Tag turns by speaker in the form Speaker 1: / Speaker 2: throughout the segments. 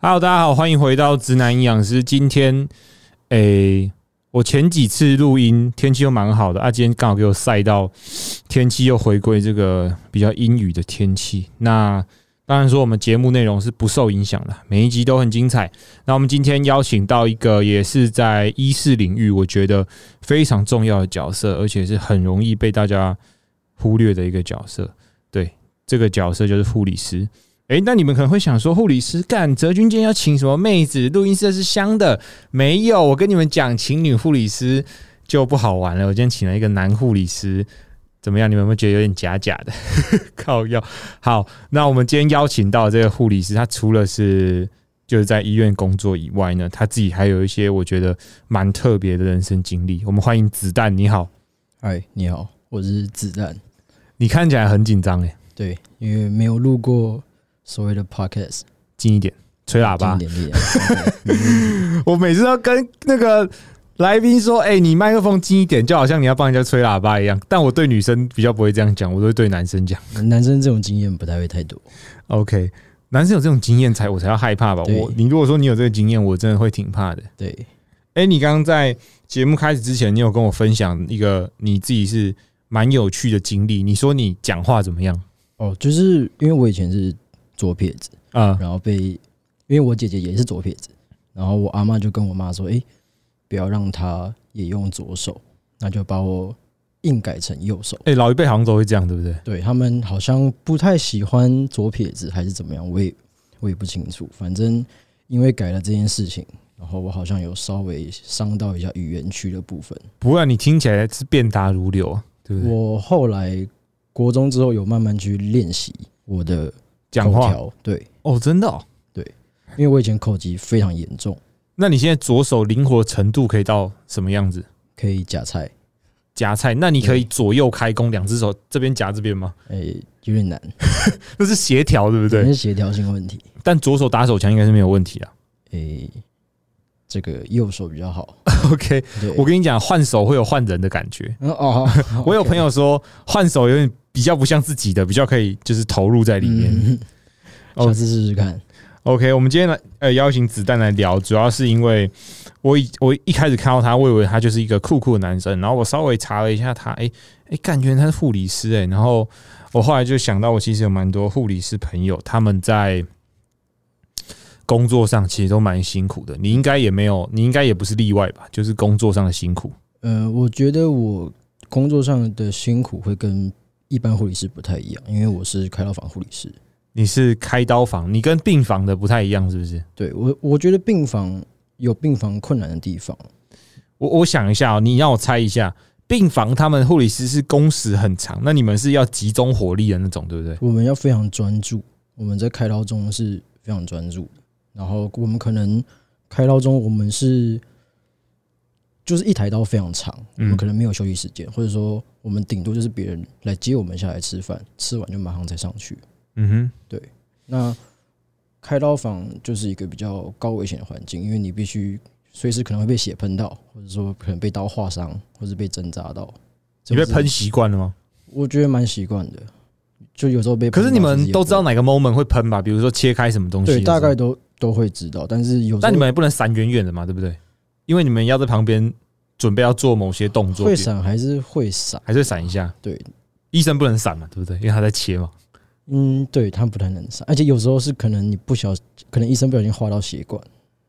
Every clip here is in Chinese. Speaker 1: Hello，大家好，欢迎回到直男营养师。今天，诶、我前几次录音天气又蛮好的，啊，今天刚好给我晒到，天气又回归这个比较阴雨的天气。那当然说我们节目内容是不受影响的，每一集都很精彩。那我们今天邀请到一个也是在医事领域，我觉得非常重要的角色，而且是很容易被大家忽略的一个角色。对，这个角色就是护理师。诶，那你们可能会想说，护理师干泽君今天要请什么妹子？录音室是香的，没有。我跟你们讲，请女护理师就不好玩了。我今天请了一个男护理师，怎么样？你们有没有觉得有点假假的？ 靠药。好，那我们今天邀请到这个护理师，他除了是就是在医院工作以外呢，他自己还有一些我觉得蛮特别的人生经历。我们欢迎子弹，你好，
Speaker 2: 嗨，你好，我是子弹。
Speaker 1: 你看起来很紧张诶，
Speaker 2: 对，因为没有录过所谓的 podcast，
Speaker 1: 近一点，吹喇叭。
Speaker 2: 近一 点点。
Speaker 1: 我每次都跟那个来宾说：“哎、你麦克风近一点，就好像你要帮人家吹喇叭一样。”但我对女生比较不会这样讲，我都会对男生讲。
Speaker 2: 对男生这种经验不太会太多。
Speaker 1: OK，男生有这种经验才我才要害怕吧？
Speaker 2: 对
Speaker 1: 我你如果说你有这个经验，我真的会挺怕的。
Speaker 2: 对，
Speaker 1: 哎、你刚刚在节目开始之前，你有跟我分享一个你自己是蛮有趣的经历。你说你讲话怎么样？
Speaker 2: 哦，就是因为我以前是左撇子，
Speaker 1: 啊、
Speaker 2: 然后被因为我姐姐也是左撇子，然后我阿妈就跟我妈说：“诶，不要让她也用左手。”那就把我硬改成右手。
Speaker 1: 哎、老一辈好像都会这样，对不对？
Speaker 2: 对他们好像不太喜欢左撇子还是怎么样，我也我也不清楚。反正因为改了这件事情，然后我好像有稍微伤到一下语言区的部分。
Speaker 1: 不然你听起来是变达如流，对不对？
Speaker 2: 我后来国中之后有慢慢去练习我的
Speaker 1: 讲
Speaker 2: 口
Speaker 1: 话
Speaker 2: 条，对，
Speaker 1: 哦，真的哦。
Speaker 2: 因为我以前口疾非常严重，
Speaker 1: 那你现在左手灵活程度可以到什么样子？
Speaker 2: 可以夹菜，
Speaker 1: 夹菜，那你可以左右开弓，两只手这边夹这边吗？
Speaker 2: 诶、有点难，
Speaker 1: 那是协调，对不
Speaker 2: 可能
Speaker 1: 对？
Speaker 2: 是协调性问题，
Speaker 1: 但左手打手枪应该是没有问题啊。
Speaker 2: 诶、这个右手比较好。
Speaker 1: OK，
Speaker 2: 对，
Speaker 1: 我跟你讲，换手会有换人的感觉。
Speaker 2: 嗯哦，
Speaker 1: 我有朋友说，换手有点比较不像自己的，比较可以就是投入在里面。
Speaker 2: 嗯，
Speaker 1: 哦
Speaker 2: 下次试试看。
Speaker 1: OK，我们今天来呃邀请子弹来聊，主要是因为我以我一开始看到他，我以为他就是一个酷酷的男生，然后我稍微查了一下他，诶诶，感觉他是护理师诶，然后我后来就想到，我其实有蛮多护理师朋友，他们在工作上其实都蛮辛苦的，你应该也没有，你应该也不是例外吧，就是工作上的辛苦。
Speaker 2: 呃，我觉得我工作上的辛苦会跟一般护理师不太一样，因为我是开刀房护理师。
Speaker 1: 你是开刀房，你跟病房的不太一样，是不是？
Speaker 2: 对我，我觉得病房有病房困难的地方，
Speaker 1: 我我想一下、哦，你让我猜一下，病房他们护理师是工时很长，那你们是要集中火力的那种，对不对？
Speaker 2: 我们要非常专注。我们在开刀中是非常专注的，然后我们可能开刀中我们是就是一台刀非常长，我
Speaker 1: 嗯
Speaker 2: 们可能没有休息时间，或者说我们顶多就是别人来接我们下来吃饭，吃完就马上再上去。
Speaker 1: 嗯
Speaker 2: 那开刀房就是一个比较高危险的环境，因为你必须随时可能会被血喷到，或者说可能被刀划伤，或者被针扎到。
Speaker 1: 哼，你被喷习惯了吗？
Speaker 2: 我觉得蛮习惯的，就有时候被
Speaker 1: 可
Speaker 2: 喷到。
Speaker 1: 是你
Speaker 2: 其
Speaker 1: 们
Speaker 2: 实也
Speaker 1: 都
Speaker 2: 不
Speaker 1: 知道哪个 moment 会喷吧？比如说切开什么东西，
Speaker 2: 对，大概。都都会知道，但是有时候
Speaker 1: 但你们也不能闪远远的嘛，对不对？因为你们要在旁边准备要做某些动作，
Speaker 2: 会
Speaker 1: 比如
Speaker 2: 闪还是会闪。
Speaker 1: 还是会闪一下？
Speaker 2: 对，
Speaker 1: 医生不能闪嘛，对不对？因为他在切嘛。
Speaker 2: 嗯，对他不太能闪，而且有时候是可能你不小，可能医生不小心划到血管，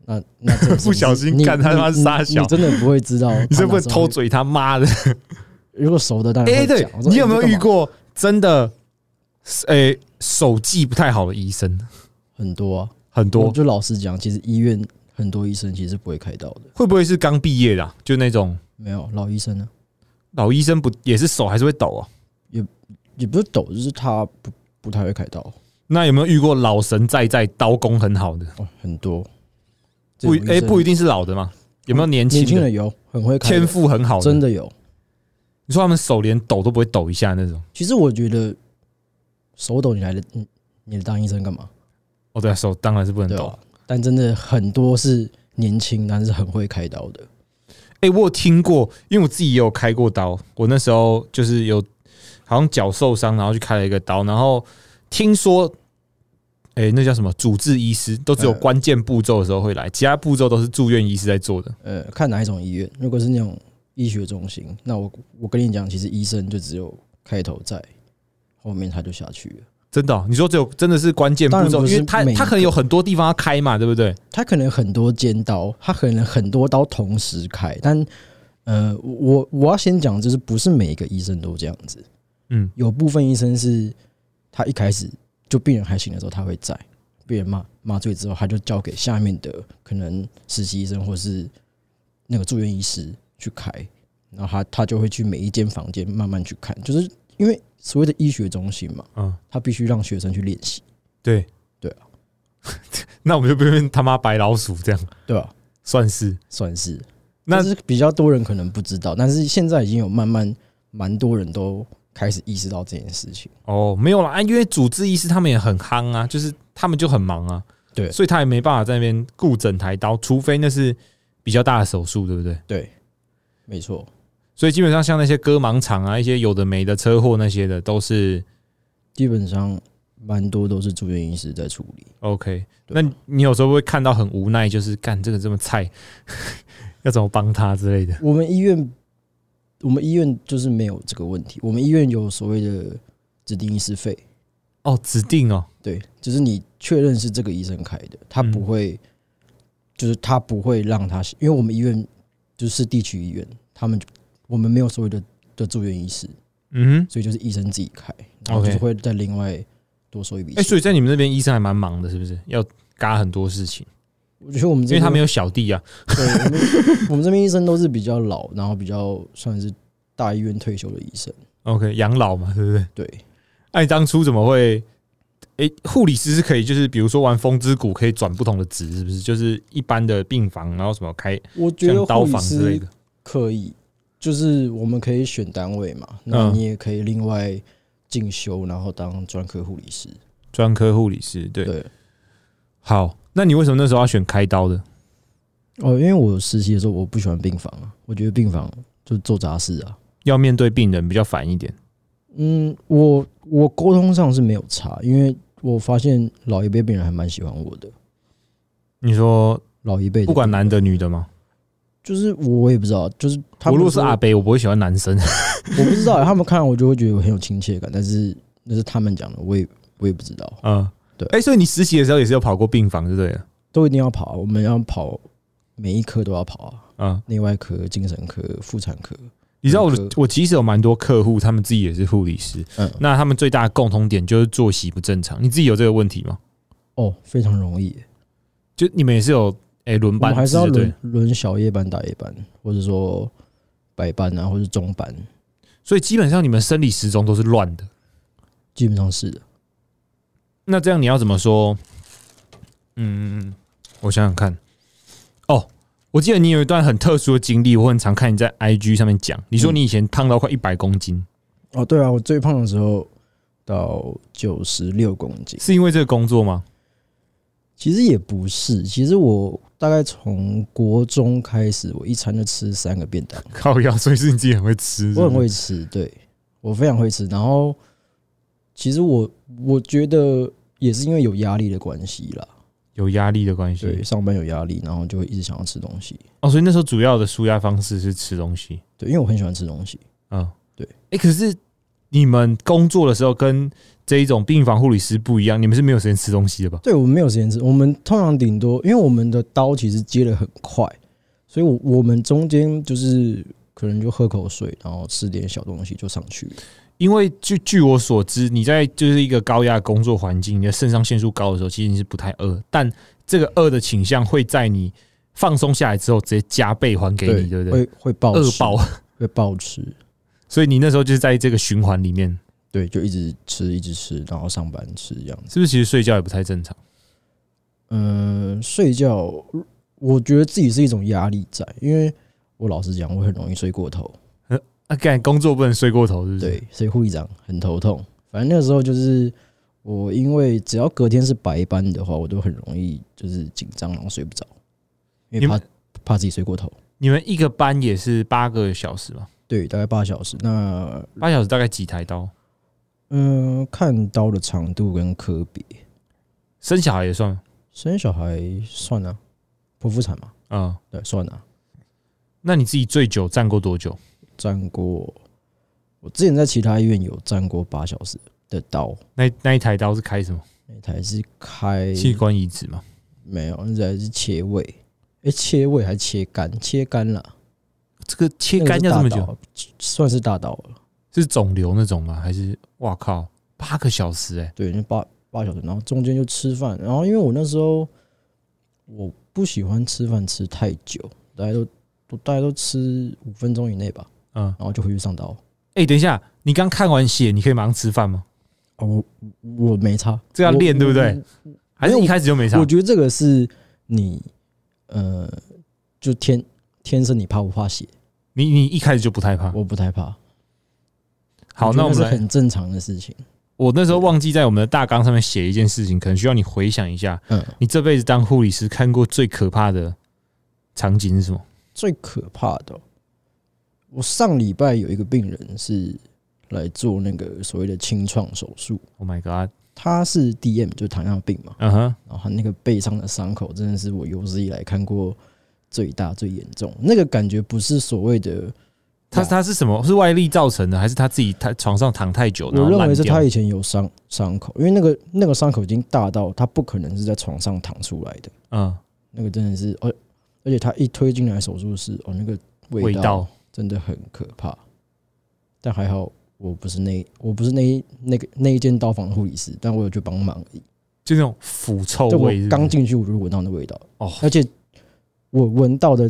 Speaker 2: 那那 这
Speaker 1: 不小心
Speaker 2: 你
Speaker 1: 干他
Speaker 2: 你
Speaker 1: 妈
Speaker 2: 你
Speaker 1: 傻小，
Speaker 2: 你真的不会知道
Speaker 1: 你是
Speaker 2: 不
Speaker 1: 不是偷？嘴他妈的？
Speaker 2: 如果熟的当然
Speaker 1: 哎、
Speaker 2: 会
Speaker 1: 对
Speaker 2: 讲我，说
Speaker 1: 你有没有
Speaker 2: 这干
Speaker 1: 遇
Speaker 2: 嘛
Speaker 1: 过真的，诶、手技不太好的医生？
Speaker 2: 很多啊？
Speaker 1: 很多
Speaker 2: 我，就老实讲，其实医院很多医生其实是不会开刀的，
Speaker 1: 会不会是刚毕业的啊、就那种
Speaker 2: 没有老医生呢、
Speaker 1: 老医生不也是手还是会抖啊？
Speaker 2: 也不是抖，就是他不不太会开刀
Speaker 1: 那有没有遇过老神在在刀工很好的？
Speaker 2: 哦，很多。
Speaker 1: 不
Speaker 2: 这种医，
Speaker 1: 哎、
Speaker 2: 生
Speaker 1: 不一定是老的嘛，有没有年轻
Speaker 2: 年轻
Speaker 1: 的
Speaker 2: 人有很会开的
Speaker 1: 天赋很好的？
Speaker 2: 真
Speaker 1: 的，
Speaker 2: 的有。
Speaker 1: 你说他们手连抖都不会抖一下那种？
Speaker 2: 其实我觉得手抖你来的，你你当医生干嘛？
Speaker 1: 哦，对、啊，手当然是不能
Speaker 2: 对
Speaker 1: 抖
Speaker 2: 吧。？但真的很多是年轻，但是很会开刀的。
Speaker 1: 哎、我有听过，因为我自己也有开过刀，我那时候就是有好像脚受伤，然后去开了一个刀，然后听说哎、那叫什么主治医师，都只有
Speaker 2: 嗯
Speaker 1: 关键步骤的时候会来，其他步骤都是住院医师在做的。
Speaker 2: 呃，看哪一种医院。如果是那种医学中心，那我我跟你讲，其实医生就只有开头在，后面他就下去了。
Speaker 1: 真的哦、你说只有真的是关键步
Speaker 2: 当然
Speaker 1: 骤，
Speaker 2: 不
Speaker 1: 因
Speaker 2: 是
Speaker 1: 为他
Speaker 2: 每一
Speaker 1: 他可能有很多地方要开嘛，对不对？
Speaker 2: 他可能很多尖刀，他可能很多刀同时开，但呃，我我要先讲，就是不是每一个医生都这样子，
Speaker 1: 嗯，
Speaker 2: 有部分医生是他一开始就病人还醒的时候他会在，病人麻麻醉之后，他就交给下面的可能实习医生或是那个住院医师去开，然后他他就会去每一间房间慢慢去看，就是因为所谓的医学中心嘛，
Speaker 1: 嗯，
Speaker 2: 他必须让学生去练习，
Speaker 1: 对
Speaker 2: 对
Speaker 1: 啊。 那我们就不用他妈白老鼠这样，
Speaker 2: 对吧、
Speaker 1: 算是
Speaker 2: 算是
Speaker 1: 那
Speaker 2: 那是比较多人可能不知道，但是现在已经有慢慢蛮多人都开始意识到这件事情。
Speaker 1: 哦，没有啦，啊因为主治医师他们也很夯啊，就是他们就很忙啊，
Speaker 2: 对
Speaker 1: 所以他也没办法在那边顾整台刀，除非那是比较大的手术，对不对？
Speaker 2: 对，没错，
Speaker 1: 所以基本上像那些割盲肠啊，一些有的没的车祸那些的，都是
Speaker 2: 基本上蛮多都是住院医师在处理。
Speaker 1: OK。
Speaker 2: 对
Speaker 1: 那你有时候会看到很无奈，就是干这个这么菜， 要怎么帮他之类的。
Speaker 2: 我们医院，我们医院就是没有这个问题。我们医院有所谓的指定医师费，
Speaker 1: 哦，指定哦，
Speaker 2: 对，就是你确认是这个医生开的，他
Speaker 1: 嗯
Speaker 2: 不会，就是他不会让他，因为我们医院就是地区医院，他们就我们没有所谓的的住院医师。
Speaker 1: 嗯哼，
Speaker 2: 所以就是医生自己开，然后就是
Speaker 1: OK
Speaker 2: 会再另外多收一笔
Speaker 1: 哎、
Speaker 2: 钱。
Speaker 1: 所以在你们那边医生还蛮忙的，是不是？要嘎很多事情，
Speaker 2: 我觉得我们
Speaker 1: 因
Speaker 2: 这
Speaker 1: 为
Speaker 2: 边
Speaker 1: 他没有小弟啊。
Speaker 2: 对我们 我们这边医生都是比较老，然后比较算是大医院退休的医生。
Speaker 1: OK，养老嘛，对不对？
Speaker 2: 对，
Speaker 1: 那、你当初怎么会？哎、护理师是可以，就是比如说玩风之谷，可以转不同的职，是不是？就是一般的病房，然后什么开
Speaker 2: 我觉
Speaker 1: 像
Speaker 2: 得
Speaker 1: 刀
Speaker 2: 护理
Speaker 1: 房之类
Speaker 2: 师
Speaker 1: 的。
Speaker 2: 可以，就是我们可以选单位嘛，那
Speaker 1: 嗯
Speaker 2: 你也可以另外进修，然后当专科护理师。
Speaker 1: 专科护理师，对，
Speaker 2: 对，
Speaker 1: 好，那你为什么那时候要选开刀的？
Speaker 2: 哦，因为我实习的时候我不喜欢病房啊，我觉得病房就做杂事啊。
Speaker 1: 要面对病人比较烦一点。
Speaker 2: 嗯，我我沟通上是没有差，因为我发现老一辈病人还蛮喜欢我的。
Speaker 1: 你说
Speaker 2: 老一辈的
Speaker 1: 不管男的女的吗？
Speaker 2: 就是我，我也不知道，就是他
Speaker 1: 我
Speaker 2: 们
Speaker 1: 如果是
Speaker 2: 说
Speaker 1: 阿，北，我不会喜欢男生。
Speaker 2: 我不知道，他们看我就会觉得我很有亲切感，但是那是他们讲的，我也我也不知道，
Speaker 1: 嗯，
Speaker 2: 对
Speaker 1: 哎、所以你实习的时候也是有跑过病房，就对了。
Speaker 2: 都一定要跑，啊我们要跑，每一科都要跑啊，
Speaker 1: 嗯，
Speaker 2: 内外科、精神科、妇产科，
Speaker 1: 你知道我
Speaker 2: 那个
Speaker 1: 我其实有蛮多客户，他们自己也是护理师，
Speaker 2: 嗯，
Speaker 1: 那他们最大的共同点就是作息不正常。你自己有这个问题吗？
Speaker 2: 哦，非常容易，
Speaker 1: 就你们也是有哎轮、
Speaker 2: 我
Speaker 1: 班
Speaker 2: 们
Speaker 1: 制，
Speaker 2: 还是要
Speaker 1: 对不
Speaker 2: 轮
Speaker 1: 对，
Speaker 2: 轮小夜班、大夜班，或者说白班啊，或者中班，
Speaker 1: 所以基本上你们生理时钟都是乱的。
Speaker 2: 基本上是的。
Speaker 1: 那这样你要怎么说？嗯，我想想看。哦，我记得你有一段很特殊的经历，我很常看你在 IG 上面讲，你
Speaker 2: 嗯
Speaker 1: 说你以前胖到快一百公斤，
Speaker 2: 哦，对啊，我最胖的时候到九十六公斤。
Speaker 1: 是因为这个工作吗？
Speaker 2: 其实也不是，其实我大概从国中开始，我一餐就吃三个便当，
Speaker 1: 靠腰，所以是你自己很会吃
Speaker 2: 我很会吃，对我非常会吃。然后，其实我我觉得也是因为有压力的关系啦，
Speaker 1: 有压力的关
Speaker 2: 对，
Speaker 1: 系。
Speaker 2: 上班有压力，然后就会一直想要吃东西，
Speaker 1: 哦，所以那时候主要的舒压方式是吃东西。
Speaker 2: 对，因为我很喜欢吃东西，
Speaker 1: 嗯，
Speaker 2: 对。
Speaker 1: 哎、可是你们工作的时候跟这一种病房护理师不一样，你们是没有时间吃东西的吧？
Speaker 2: 对我们没有时间吃，我们通常顶多因为我们的刀其实接的很快，所以我我们中间就是可能就喝口水，然后吃点小东西就上去了。
Speaker 1: 因为据据我所知，你在就是一个高压的工作环境，你的肾上腺素高的时候，其实你是不太饿，但这个饿的倾向会在你放松下来之后直接加倍还给你，对不对？
Speaker 2: 会会暴
Speaker 1: 饿
Speaker 2: 吃
Speaker 1: 爆，
Speaker 2: 会暴吃，
Speaker 1: 所以你那时候就是在这个循环里面，
Speaker 2: 对，就一直吃，一直吃，然后上班吃这样子。
Speaker 1: 是不是？其实睡觉也不太正常。
Speaker 2: 嗯，睡觉，我觉得自己是一种压力在，因为我老实讲，我很容易睡过头，
Speaker 1: 啊，干工作不能睡过头，是不是？
Speaker 2: 对，所以护理长很头痛。反正那个时候就是我，因为只要隔天是白班的话，我都很容易就是紧张，然后睡不着，
Speaker 1: 你
Speaker 2: 因为
Speaker 1: 们
Speaker 2: 怕怕自己睡过头。
Speaker 1: 你们一个班也是八个小时嘛？
Speaker 2: 对，大概八小时。那呃
Speaker 1: 八小时大概几台刀？
Speaker 2: 嗯、看刀的长度跟科别，
Speaker 1: 生小孩也算吗
Speaker 2: 生小孩算啊，剖腹产嘛，
Speaker 1: 啊、
Speaker 2: 对，算啊。
Speaker 1: 那你自己最久站过多久？
Speaker 2: 站过，我之前在其他医院有站过八小时的刀，
Speaker 1: 那那一台刀是开什么？
Speaker 2: 那台是开
Speaker 1: 器官移植吗？
Speaker 2: 没有，那台是切胃，诶，切胃还是切肝？切肝啦，
Speaker 1: 这个切
Speaker 2: 那个
Speaker 1: 肝
Speaker 2: 是
Speaker 1: 要这么
Speaker 2: 大
Speaker 1: 久？
Speaker 2: 刀，算是大刀了。
Speaker 1: 是肿瘤那种吗？还是哇靠，八个小时哎、
Speaker 2: 对，那八八小时，然后中间就吃饭，然后因为我那时候我不喜欢吃饭吃太久，大家都都大家都吃五分钟以内吧，
Speaker 1: 嗯，
Speaker 2: 然后就回去上刀。
Speaker 1: 哎、等一下，你刚看完血，你可以马上吃饭吗？
Speaker 2: 哦，我我没差，
Speaker 1: 这要
Speaker 2: 我
Speaker 1: 练对不对？还是一开始就没
Speaker 2: 我
Speaker 1: 上
Speaker 2: 我？觉得这个是你呃，就天天生你怕不怕血，
Speaker 1: 你你一开始就不太怕？
Speaker 2: 我不太怕。
Speaker 1: 好，
Speaker 2: 觉得
Speaker 1: 那我们
Speaker 2: 是
Speaker 1: 来。
Speaker 2: 很正常的事情。
Speaker 1: 我那时候忘记在我们的大纲上面写一件事情，可能需要你回想一下，
Speaker 2: 嗯，
Speaker 1: 你这辈子当护理师看过最可怕的场景是什么？
Speaker 2: 最可怕的哦，我上礼拜有一个病人是来做那个所谓的清创手术，
Speaker 1: Oh my god！
Speaker 2: 他是 DM 就糖尿病嘛，
Speaker 1: 嗯哼，
Speaker 2: 然后他那个背上的伤口真的是我有史以来看过最大最严重，那个感觉不是所谓的，
Speaker 1: 他
Speaker 2: 哇
Speaker 1: 他是什么？是外力造成的，还是他自己他床上躺太久？然
Speaker 2: 我
Speaker 1: 后
Speaker 2: 认
Speaker 1: 烂
Speaker 2: 为是
Speaker 1: 掉
Speaker 2: 他以前有伤伤口，因为那个那个伤口已经大到他不可能是在床上躺出来的，
Speaker 1: 嗯
Speaker 2: 那个真的是，而而且他一推进来手术室，哦，那个
Speaker 1: 味道，
Speaker 2: 真的很可怕。但还好我不是那我不是那一那个那一间刀房的护理师，但我有去帮忙而已。
Speaker 1: 就那种腐臭
Speaker 2: 就我
Speaker 1: 哦味是不是。
Speaker 2: 刚进呃去我就闻到那味道，
Speaker 1: 哦，
Speaker 2: 而且我闻到的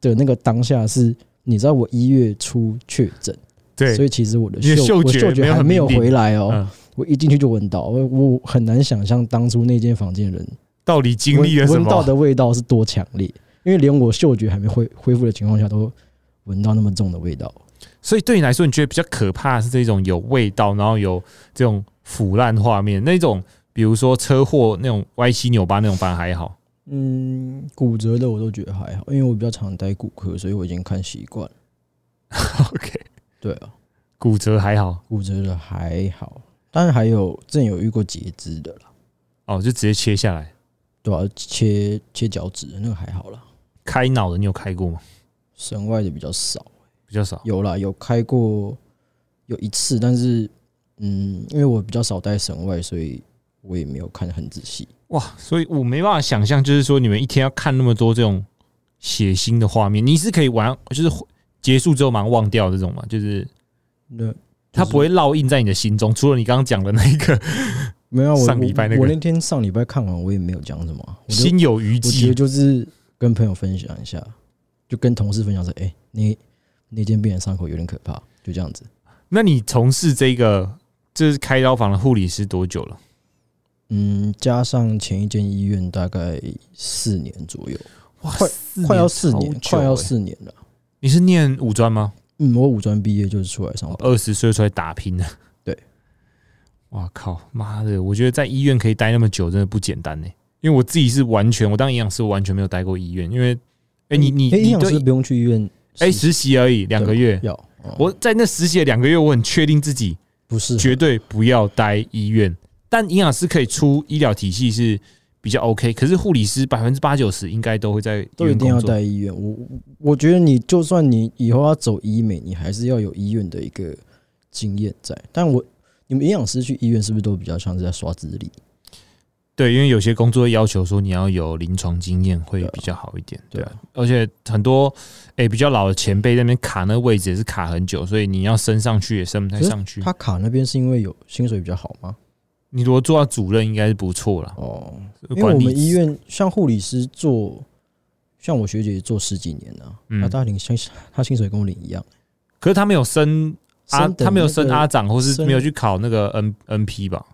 Speaker 2: 的那个当下是，你知道我一月初确诊，
Speaker 1: 对，
Speaker 2: 所以其实我的
Speaker 1: 你的
Speaker 2: 嗅
Speaker 1: 嗅
Speaker 2: 我
Speaker 1: 觉
Speaker 2: 嗅
Speaker 1: 没
Speaker 2: 觉
Speaker 1: 有
Speaker 2: 还
Speaker 1: 很
Speaker 2: 没有
Speaker 1: 敏
Speaker 2: 回来哦、
Speaker 1: 嗯
Speaker 2: 我一进去就闻到，我我很难想象当初那间房间的人
Speaker 1: 到底经历了
Speaker 2: 闻
Speaker 1: 什
Speaker 2: 闻到
Speaker 1: 么？
Speaker 2: 的味道是多强烈，因为连我嗅觉还没恢恢复的情况下，都闻到那么重的味道。
Speaker 1: 所以对你来说，你觉得比较可怕的是这种有味道，然后有这种腐烂画面，那种比如说车祸那种歪七扭八那种，反而还好。
Speaker 2: 嗯，骨折的我都觉得还好，因为我比较常待骨科，所以我已经看习惯了。
Speaker 1: OK，
Speaker 2: 对啊，
Speaker 1: 骨折还好
Speaker 2: 骨折的还好，但是还有之前有遇过截肢的啦，
Speaker 1: 哦，就直接切下来。
Speaker 2: 对啊，切切脚趾的那个还好啦，
Speaker 1: 开脑的你有开过吗？
Speaker 2: 神外的比较少。
Speaker 1: 比较少。
Speaker 2: 有啦，有开过有一次，但是嗯，因为我比较少待神外，所以我也没有看得很仔细。
Speaker 1: 哇，所以我没办法想象，就是说你们一天要看那么多这种血腥的画面，你是可以玩，就是结束之后马上忘掉这种嘛，就是
Speaker 2: 那
Speaker 1: 它不会烙印在你的心中，除了你刚刚讲的那一个
Speaker 2: 没有啊我
Speaker 1: 上礼拜那个
Speaker 2: 我那天上礼拜看完，我也没有讲什么啊，我就
Speaker 1: 心有余
Speaker 2: 我觉得
Speaker 1: 悸。
Speaker 2: 就是跟朋友分享一下，就跟同事分享说，哎、那那间病人伤口有点可怕，就这样子。
Speaker 1: 那你从事这个就是开刀房的护理师多久了？
Speaker 2: 嗯，加上前一间医院大概四年左右，
Speaker 1: 哇，四
Speaker 2: 快要四年
Speaker 1: 好，久
Speaker 2: 快要
Speaker 1: 欸
Speaker 2: 四年了。
Speaker 1: 你是念五专吗？
Speaker 2: 嗯，我五专毕业就是出来上班，
Speaker 1: 二十岁出来打拼的。
Speaker 2: 对，
Speaker 1: 哇靠，妈的！我觉得在医院可以待那么久，真的不简单呢。因为我自己是完全，我当营养师我完全没有待过医院，因为，哎、你你
Speaker 2: 诶营
Speaker 1: 你
Speaker 2: 养师
Speaker 1: 对，
Speaker 2: 不用去医院，
Speaker 1: 哎、实习而已，两个月。
Speaker 2: 要、嗯
Speaker 1: 我在那实习的两个月，我很确定自己
Speaker 2: 不是
Speaker 1: 绝对不要待医院。但营养师可以出医疗体系是比较 OK，可是护理师百分之八九十应该都会在医
Speaker 2: 都一
Speaker 1: 院
Speaker 2: 定
Speaker 1: 工
Speaker 2: 要
Speaker 1: 作。
Speaker 2: 待医院。我我觉得你就算你以后要走医美，你还是要有医院的一个经验在。但我你们营养师去医院是不是都比较像是在刷资历？
Speaker 1: 对，因为有些工作会要求说你要有临床经验会
Speaker 2: 对啊
Speaker 1: 比较好一点。对啊
Speaker 2: 吧，
Speaker 1: 而且很多诶、比较老的前辈那边卡那位置也是卡很久，所以你要升上去也升不太上去。
Speaker 2: 他卡那边是因为有薪水比较好吗？
Speaker 1: 你如果做到主任应该是不错了，
Speaker 2: 哦，因为
Speaker 1: 管
Speaker 2: 我
Speaker 1: 理
Speaker 2: 们医院像护理师做，像我学姐做十几年啊，
Speaker 1: 嗯
Speaker 2: 那她领薪，她薪水跟我领一样。
Speaker 1: 可是他没有升阿，
Speaker 2: 升
Speaker 1: 啊
Speaker 2: 等
Speaker 1: 他没有
Speaker 2: 那个
Speaker 1: 升阿，长，或是
Speaker 2: 升
Speaker 1: 没有去考那个 N N P 吧？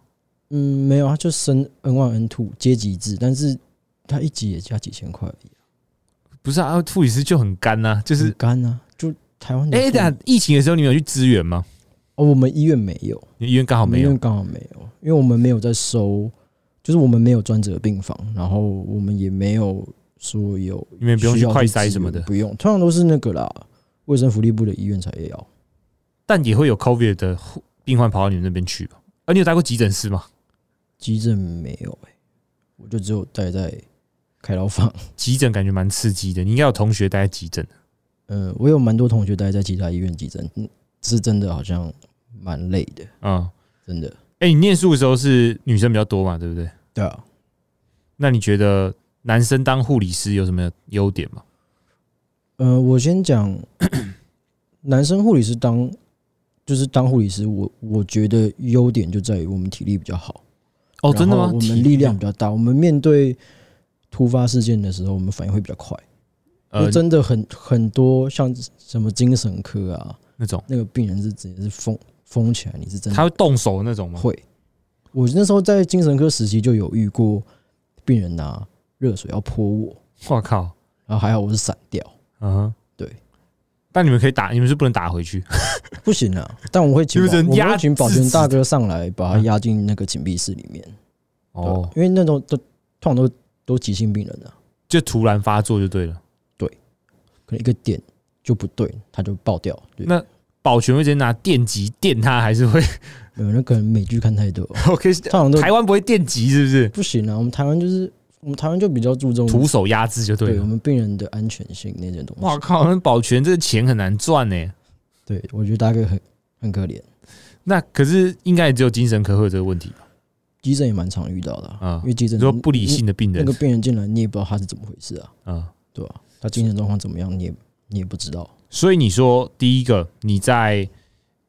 Speaker 2: 嗯，没有，她就升 N one N two 阶级制，但是她一级也加几千块而已，
Speaker 1: 不是啊，护理师就很干呐、就
Speaker 2: 就是干啊，就台湾的护
Speaker 1: 哎，
Speaker 2: 理。
Speaker 1: 等一下疫情的时候你们有去支援吗？
Speaker 2: 哦，我们医院没有，
Speaker 1: 你医院刚好
Speaker 2: 我
Speaker 1: 哦
Speaker 2: 们
Speaker 1: 没
Speaker 2: 医
Speaker 1: 有
Speaker 2: 院刚好没有，因为我们没有在收，就是我们没有专责病房，然后我们也没有说有
Speaker 1: 你们也不用去
Speaker 2: 需要
Speaker 1: 快
Speaker 2: 支
Speaker 1: 筛
Speaker 2: 援
Speaker 1: 什么的
Speaker 2: 不用，通常都是那个啦，卫生福利部的医院才要。
Speaker 1: 但也会有 COVID 的护病患跑到你们那边去吧？啊，你有待过急诊室吗？
Speaker 2: 急诊没有、欸，我就只有待在开刀房。
Speaker 1: 急诊感觉蛮刺激的，你应该有同学待在急诊。
Speaker 2: 嗯，我有蛮多同学待在其他医院急诊，嗯是真的好像蛮累的，
Speaker 1: 嗯，
Speaker 2: 真的。
Speaker 1: 哎、你念书的时候是女生比较多嘛，对不对？
Speaker 2: 对啊，
Speaker 1: 那你觉得男生当护理师有什么优点吗？
Speaker 2: 呃，我先讲男生护理师当就是当护理师，我我觉得优点就在于我们体力比较好
Speaker 1: 哦，真的
Speaker 2: 然
Speaker 1: 吗
Speaker 2: 后？我
Speaker 1: 体
Speaker 2: 们力量比较大，我们面对突发事件的时候，我们反应会比较快。因
Speaker 1: 呃
Speaker 2: 为真的很很多像什么精神科啊，
Speaker 1: 那种，
Speaker 2: 那个病人是直接是疯疯起来，你是真
Speaker 1: 他
Speaker 2: 的
Speaker 1: 会动手的那种吗？
Speaker 2: 会。我那时候在精神科时期就有遇过病人拿热水要泼我，
Speaker 1: 我靠，
Speaker 2: 然后还好我是闪掉，
Speaker 1: 嗯哼，
Speaker 2: 对。
Speaker 1: 但你们可以打，你们是不能打回去。
Speaker 2: 不行啊！但我会请
Speaker 1: 你
Speaker 2: 保
Speaker 1: 们只能
Speaker 2: 我
Speaker 1: 压
Speaker 2: 会请保
Speaker 1: 制
Speaker 2: 全
Speaker 1: 止
Speaker 2: 大哥上来把他压进那个紧闭室里面，对吧
Speaker 1: 哦，
Speaker 2: 因为那种都通常都都急性病人啊，
Speaker 1: 就突然发作就对了。
Speaker 2: 可能一个点就不对，他就爆掉。对，
Speaker 1: 那保全会直接拿电击电他，还是 会
Speaker 2: 没有那可能美剧看太多，通
Speaker 1: OK？
Speaker 2: 常 都
Speaker 1: 台湾不会电击是不是？
Speaker 2: 不行啊。我们台湾就是我们台湾就比较注重
Speaker 1: 徒手压制就对
Speaker 2: 对
Speaker 1: 了
Speaker 2: 我。们病人的安全性那些东
Speaker 1: 哇
Speaker 2: 西。
Speaker 1: 靠，那保全这个钱很难赚呢、
Speaker 2: 对，我觉得大哥很很可怜，
Speaker 1: 那可是应该也只有精神科会有这个问题
Speaker 2: 嗯
Speaker 1: 吧？
Speaker 2: 急诊也蛮常遇到的啊、
Speaker 1: 啊
Speaker 2: 因为急
Speaker 1: 你
Speaker 2: 诊
Speaker 1: 说不理性的病
Speaker 2: 那
Speaker 1: 人
Speaker 2: 个，病人进来，你也不知道他是怎么回事啊，
Speaker 1: 嗯，
Speaker 2: 对吧、他精神状况怎么样，你也你也不知道。
Speaker 1: 所以你说第一个你在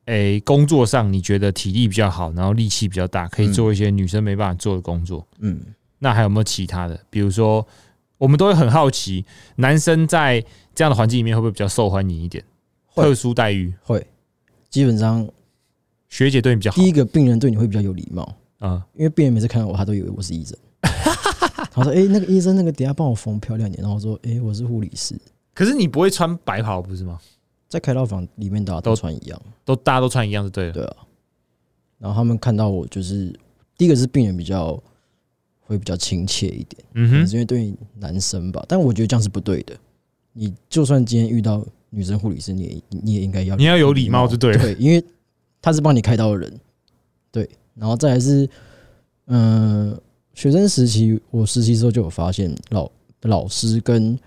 Speaker 1: 诶、工作上你觉得体力比较好，然后力气比较大，可以
Speaker 2: 嗯
Speaker 1: 做一些女生没办法做的工作。
Speaker 2: 嗯，
Speaker 1: 那还有没有其他的？比如说，我们都会很好奇，男生在这样的环境里面会不会比较受欢迎一点？
Speaker 2: 会
Speaker 1: 特殊待遇，
Speaker 2: 会，基本上
Speaker 1: 学姐对你比较好
Speaker 2: 第一个病人对你会比较有礼貌，
Speaker 1: 啊、
Speaker 2: 因为病人每次看到我，他都以为我是 医生。他说：“哎、那个医生，那个等一下帮我缝漂亮一点。”然后我说：“哎、我是护理师，
Speaker 1: 可是你不会穿白袍不是吗？
Speaker 2: 在开刀房里面大家都
Speaker 1: 都
Speaker 2: 穿一样，
Speaker 1: 都大家都穿一样就对了。
Speaker 2: 对啊。”然后他们看到我，就是第一个是病人比较会比较亲切一点，
Speaker 1: 嗯
Speaker 2: 是因为对男生吧，但我觉得这样是不对的。你就算今天遇到女生护理师，你也你也应该要
Speaker 1: 哼，你要有礼貌就对了。
Speaker 2: 对，因为他是帮你开刀的人，对，然后再来是，嗯、学生时期我实习时候就有发现老老师跟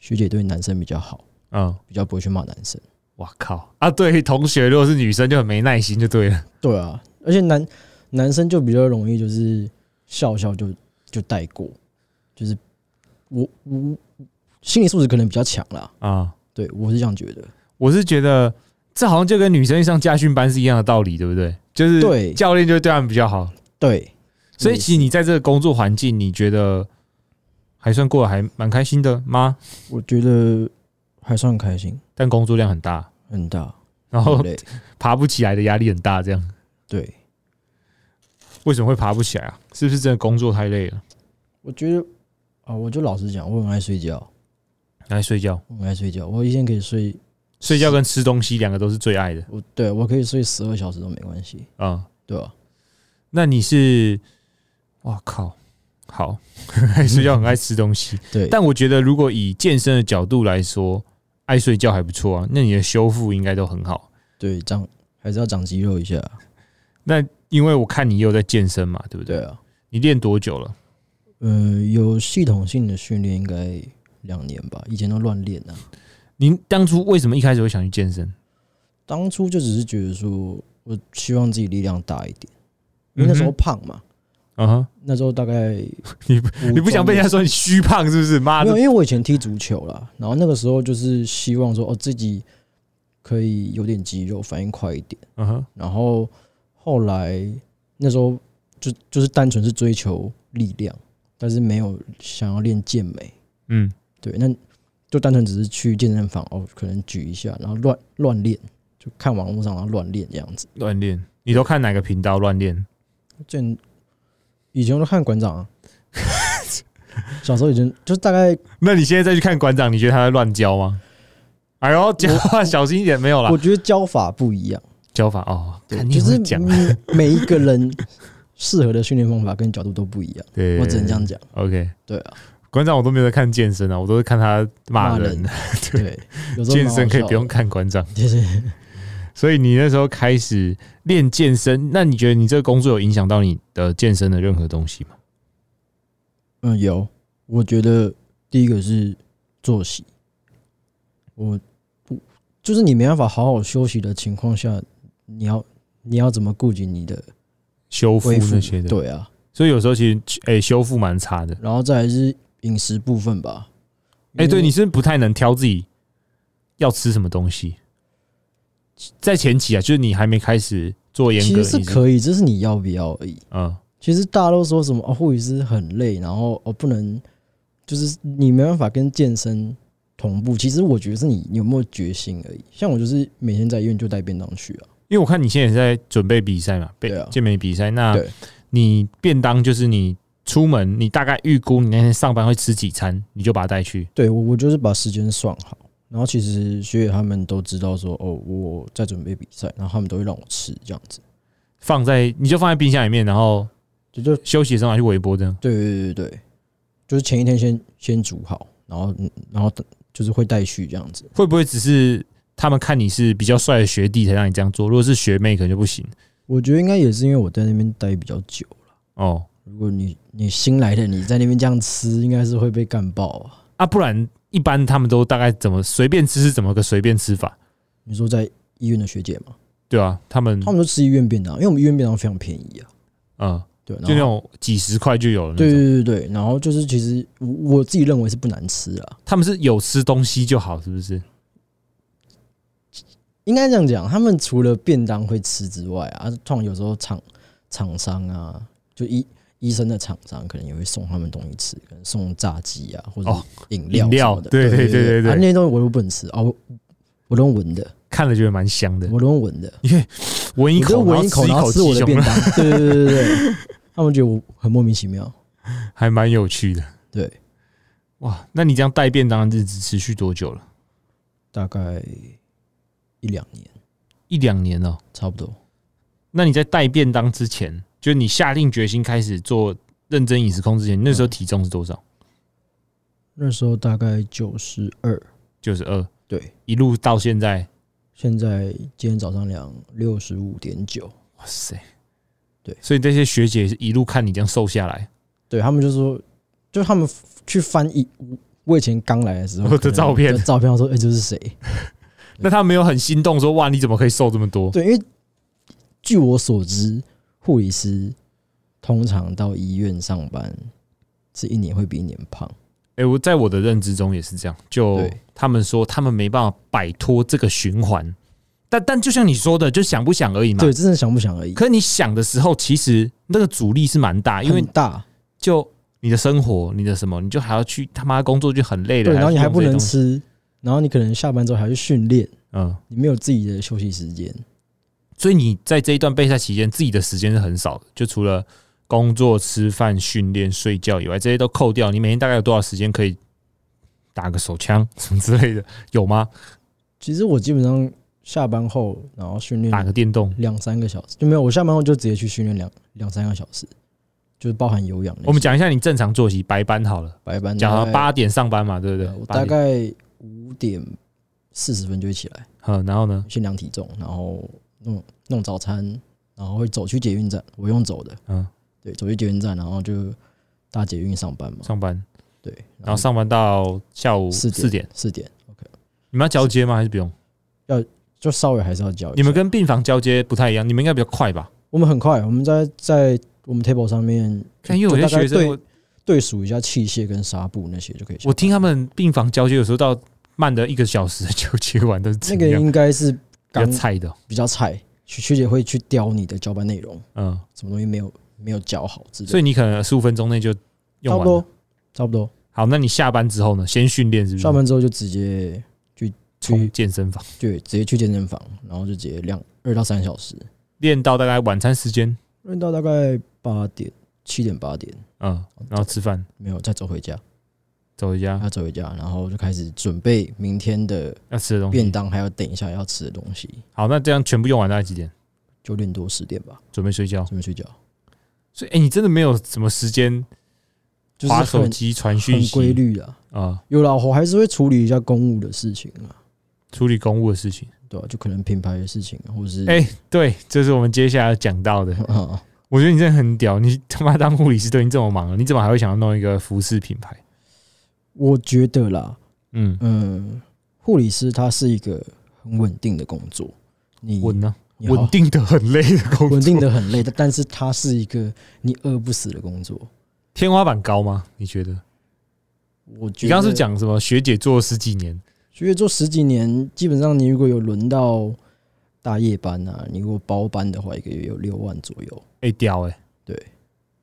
Speaker 2: 学姐对男生比较好，
Speaker 1: 嗯，
Speaker 2: 比较不会去骂男生。
Speaker 1: 哇靠啊！对于同学，如果是女生就很没耐心就对了。
Speaker 2: 对啊，而且男男生就比较容易就是笑笑就就带过，就是我我心理素质可能比较强啦，
Speaker 1: 啊、
Speaker 2: 对我是这样觉得。
Speaker 1: 我是觉得这好像就跟女生上家训班是一样的道理，对不对？就是
Speaker 2: 对
Speaker 1: 教练就会对他们比较好，
Speaker 2: 对，
Speaker 1: 所以其实你在这个工作环境，你觉得还算过得还蛮开心的吗？
Speaker 2: 我觉得还算开心，
Speaker 1: 但工作量很大，
Speaker 2: 很大，
Speaker 1: 然后
Speaker 2: 很累，
Speaker 1: 爬不起来的压力很大，这样
Speaker 2: 对。
Speaker 1: 为什么会爬不起来啊？是不是真的工作太累了？
Speaker 2: 我觉得啊，我就老实讲，我很爱睡觉，
Speaker 1: 来睡觉，
Speaker 2: 我很爱睡觉。我一天可以睡，
Speaker 1: 睡觉跟吃东西两个都是最爱的
Speaker 2: 我对我可以睡十二小时都没关系，
Speaker 1: 啊、
Speaker 2: 对吧、
Speaker 1: 那你是，哇靠，好， 爱睡觉很爱吃东西，
Speaker 2: 对，
Speaker 1: 但我觉得如果以健身的角度来说，爱睡觉还不错啊。那你的修复应该都很好。
Speaker 2: 对长还是要长肌肉一下，
Speaker 1: 那因为我看你也有在健身嘛，对不对？
Speaker 2: 对啊。
Speaker 1: 你练多久了？
Speaker 2: 嗯、有系统性的训练应该两年吧，以前都乱练啊。
Speaker 1: 您当初为什么一开始会想去健身？
Speaker 2: 当初就只是觉得说，我希望自己力量大一点，因为那时候
Speaker 1: 嗯
Speaker 2: 胖嘛，
Speaker 1: 哼，啊哈、
Speaker 2: 那时候大概
Speaker 1: 你
Speaker 2: 不
Speaker 1: 你不想被人家说你虚胖是不是？妈
Speaker 2: 没有，
Speaker 1: 的，
Speaker 2: 因为我以前踢足球啦，然后那个时候就是希望说，哦，自己可以有点肌肉，反应快一点。
Speaker 1: 嗯哼，
Speaker 2: 然后后来那时候就就是单纯是追求力量，但是没有想要练健美。
Speaker 1: 嗯，
Speaker 2: 对，那就单纯只是去健身房哦，可能举一下，然后乱乱练，就看网络上然后乱练这样子。
Speaker 1: 乱练。你都看哪个频道乱练？
Speaker 2: 见以前我都看馆长、啊， 小时候已经就是大概
Speaker 1: 那你现在再去看馆长，你觉得他在乱教吗？哎呦，讲话小心一点，没有啦
Speaker 2: 我，觉得教法不一样，
Speaker 1: 教法哦，
Speaker 2: 对，
Speaker 1: 看你
Speaker 2: 就
Speaker 1: 很
Speaker 2: 是
Speaker 1: 会讲，啊
Speaker 2: 每每一个人适合的训练方法跟角度都不一样，
Speaker 1: 对，
Speaker 2: 我只能这样讲。
Speaker 1: OK，
Speaker 2: 对 啊，
Speaker 1: 馆长我都没有在看健身啊，我都是看他骂人。
Speaker 2: 对，有时候蛮
Speaker 1: 健
Speaker 2: 好
Speaker 1: 身可以
Speaker 2: 笑
Speaker 1: 不用
Speaker 2: 的，
Speaker 1: 看馆长，
Speaker 2: 就是
Speaker 1: 所以你那时候开始练健身，那你觉得你这个工作有影响到你的健身的任何东西吗？
Speaker 2: 嗯，有，我觉得第一个是作息，我不就是你没办法好好休息的情况下，你要你要怎么顾及你的
Speaker 1: 修复
Speaker 2: 恢复
Speaker 1: 那些的。
Speaker 2: 对啊，
Speaker 1: 所以有时候其实哎、修复蛮差的。
Speaker 2: 然后再来是饮食部分吧。
Speaker 1: 哎、对，
Speaker 2: 因为
Speaker 1: 你是不是不太能挑自己要吃什么东西，在前期啊，就是你还没开始做严
Speaker 2: 其
Speaker 1: 格的
Speaker 2: 实
Speaker 1: 饮
Speaker 2: 是
Speaker 1: 食，
Speaker 2: 可以，只是你要不要而已。
Speaker 1: 嗯，
Speaker 2: 其实大家都说什么哦，护理师很累，然后哦不能，就是你没办法跟健身同步。其实我觉得是你你有没有决心而已。像我就是每天在医院就带便当去啊，
Speaker 1: 因为我看你现在也在准备比赛嘛，被
Speaker 2: 对啊
Speaker 1: 健美比赛，那
Speaker 2: 对
Speaker 1: 你便当就是你出门，你大概预估你那天上班会吃几餐，你就把它带去。
Speaker 2: 对我我就是把时间算好。然后其实学姐他们都知道说哦我在准备比赛，然后他们都会让我吃这样子。
Speaker 1: 放在你就放在冰箱里面，然后
Speaker 2: 就就
Speaker 1: 休息的时候拿去微波这样。
Speaker 2: 对对对对，就是前一天先先煮好，然后嗯然后就是会带去这样子。
Speaker 1: 会不会只是他们看你是比较帅的学弟才让你这样做？如果是学妹可能就不行
Speaker 2: 我觉得应该也是因为我在那边待比较久。
Speaker 1: 哦
Speaker 2: 如果你你新来的你在那边这样吃，应该是会被干爆啊！
Speaker 1: 啊，不然一般他们都大概怎么随便吃是怎么个随便吃法，
Speaker 2: 你说在医院的学姐嘛，
Speaker 1: 对啊，他们
Speaker 2: 他们都吃医院便当，因为我们医院便当非常便宜啊，
Speaker 1: 嗯，
Speaker 2: 对，然
Speaker 1: 就那
Speaker 2: 后
Speaker 1: 种几十块就有了那
Speaker 2: 对
Speaker 1: 种，
Speaker 2: 对对对，然后就是其实我我自己认为是不难吃啊，
Speaker 1: 他们是有吃东西就好，是不是？
Speaker 2: 应该这样讲，他们除了便当会吃之外啊，通常有时候厂厂商啊，就医医生的厂商可能也会送他们东西吃，可能送炸鸡啊或者
Speaker 1: 哦
Speaker 2: 饮料
Speaker 1: 饮料
Speaker 2: 什么的
Speaker 1: 对对对对对
Speaker 2: 啊那些东西我都不能吃哦，我我都用闻的，
Speaker 1: 看了觉得蛮香的，
Speaker 2: 我都用闻的。
Speaker 1: 闻一
Speaker 2: 你就
Speaker 1: 口，
Speaker 2: 闻一口，然后
Speaker 1: 后吃一
Speaker 2: 吃
Speaker 1: 口
Speaker 2: 我
Speaker 1: 鸡胸
Speaker 2: 的便
Speaker 1: 了，
Speaker 2: 当。 对对对对对，他们觉得我很莫名其妙。
Speaker 1: 还蛮有趣的。
Speaker 2: 对，
Speaker 1: 哇，那你这样带便当的日子持续多久了？
Speaker 2: 大概一两年
Speaker 1: 一两年了、
Speaker 2: 差不多。
Speaker 1: 那你在带便当之前，就是你下定决心开始做认真饮食控制前，
Speaker 2: 嗯
Speaker 1: 那时候体重是多少？
Speaker 2: 那时候大概九十二，
Speaker 1: 九十二，
Speaker 2: 对，
Speaker 1: 一路到现在，
Speaker 2: 现在今天早上量六十五点九。
Speaker 1: 哇塞！
Speaker 2: 对
Speaker 1: 所以这些学姐是一路看你这样瘦下来，
Speaker 2: 对他们就说，就他们去翻译我以前刚来的时 候
Speaker 1: 我的
Speaker 2: 可能
Speaker 1: 照片
Speaker 2: 的照片，他说：“哎、这是谁
Speaker 1: 那她没有很心动说哇，你怎么可以瘦这么？”多？
Speaker 2: 对，因为据我所知，护理师通常到医院上班是一年会比一年胖。
Speaker 1: 哎、我在我的认知中也是这样，就
Speaker 2: 对
Speaker 1: 他们说他们没办法摆脱这个循环，但但就像你说的，就想不想而已嘛。
Speaker 2: 对，真的想不想而已。
Speaker 1: 可你想的时候，其实那个阻力是蛮大，因为
Speaker 2: 很大，
Speaker 1: 就你的生活，你的什么，你就还要去他妈工作就很累了，
Speaker 2: 对，然
Speaker 1: 要
Speaker 2: 后
Speaker 1: 去
Speaker 2: 你还
Speaker 1: 弄
Speaker 2: 不
Speaker 1: 这些
Speaker 2: 能
Speaker 1: 东西，
Speaker 2: 吃，然后你可能下班之后还要去训练，
Speaker 1: 嗯，
Speaker 2: 你没有自己的休息时间。
Speaker 1: 所以你在这一段备赛期间，自己的时间是很少的，就除了工作、吃饭、训练、睡觉以外，这些都扣掉，你每天大概有多少时间可以打个手枪什么之类的？有吗？
Speaker 2: 其实我基本上下班后，然后训
Speaker 1: 打个
Speaker 2: 练
Speaker 1: 电动？
Speaker 2: 两三个小时就没有，我下班后就直接去训练两两三个小时，就是包含有氧那些。
Speaker 1: 我们讲一下你正常作息，白班好了，
Speaker 2: 白班
Speaker 1: 讲
Speaker 2: 大
Speaker 1: 到
Speaker 2: 概，
Speaker 1: 八点上班嘛，对不对
Speaker 2: 呃？我
Speaker 1: 八
Speaker 2: 嗯大
Speaker 1: 点，
Speaker 2: 概五点四十分就会起来，
Speaker 1: 嗯，然后呢？
Speaker 2: 先量体重，然后弄弄早餐，然后会走去捷运站，我用走的，
Speaker 1: 嗯，
Speaker 2: 对，走去捷运站，然后就搭捷运上班嘛，
Speaker 1: 上班，
Speaker 2: 对，
Speaker 1: 然后上班到下午
Speaker 2: 四
Speaker 1: 四点，
Speaker 2: 四点
Speaker 1: 你们要交接吗？还是不用？
Speaker 2: 就稍微还是要教一下。
Speaker 1: 你们跟病房交接不太一样，你们应该比较快吧？
Speaker 2: 我们很快，我们在在我们 table 上面
Speaker 1: 看，哎因为有
Speaker 2: 就
Speaker 1: 些
Speaker 2: 大概
Speaker 1: 学生，
Speaker 2: 对
Speaker 1: 我
Speaker 2: 对数一下器械跟纱布那些就可以下。
Speaker 1: 我听他们病房交接，有时候到慢的一个小时就接完，都是
Speaker 2: 那
Speaker 1: 怎
Speaker 2: 个
Speaker 1: 样？
Speaker 2: 应该是
Speaker 1: 比较
Speaker 2: 刚
Speaker 1: 菜的，
Speaker 2: 比较菜，学学姐会去雕你的交班内容，
Speaker 1: 嗯，
Speaker 2: 什么东西没有没有教好之类的。
Speaker 1: 所以你可能十五分钟内就
Speaker 2: 差
Speaker 1: 用
Speaker 2: 不
Speaker 1: 完了
Speaker 2: 多。，差不多。
Speaker 1: 好，那你下班之后呢？先训练是不是？
Speaker 2: 下班之后就直接去
Speaker 1: 去
Speaker 2: 去
Speaker 1: 健身房
Speaker 2: 对，直接去健身房，然后就直接两二到三小时，
Speaker 1: 练到大概晚餐时间，
Speaker 2: 练到大概八点七点八点，
Speaker 1: 嗯，然后吃饭，
Speaker 2: 没有再走回家，
Speaker 1: 走回家
Speaker 2: 要走回家，然后就开始准备明天的
Speaker 1: 要吃的东
Speaker 2: 便
Speaker 1: 西。
Speaker 2: 当，还有等一下要吃的东西。
Speaker 1: 好，那这样全部用完大概几点？
Speaker 2: 九点多十点吧，
Speaker 1: 准备睡觉。
Speaker 2: 准备睡觉。
Speaker 1: 所以，哎，你真的没有什么时间
Speaker 2: 就是
Speaker 1: 划
Speaker 2: 很
Speaker 1: 手机、传讯
Speaker 2: 很
Speaker 1: 息
Speaker 2: 规律啊。
Speaker 1: 啊，
Speaker 2: 有啦，我还是会处理一下公务的事情啊，
Speaker 1: 处理公务的事情。
Speaker 2: 对吧、就可能品牌的事情啊，或者是
Speaker 1: 哎对，这是我们接下来要讲到的。
Speaker 2: 啊，
Speaker 1: 我觉得你真的很屌，你他妈当护理师都已经这么忙了，你怎么还会想要弄一个服饰品牌？
Speaker 2: 我觉得啦，
Speaker 1: 嗯，
Speaker 2: 嗯，护理师他是一个很稳定的工作，你
Speaker 1: 稳呢、
Speaker 2: 你好
Speaker 1: 稳定的很累的工作，
Speaker 2: 稳定的很累，但但是它是一个你饿不死的工作。
Speaker 1: 天花板高吗？你觉得？
Speaker 2: 我觉得
Speaker 1: 你刚刚是讲什么？学姐做了十几年，
Speaker 2: 所以做十几年，基本上你如果有轮到大夜班啊，你如果包班的话，一个月有六万左右。
Speaker 1: 哎、屌哎、
Speaker 2: 对，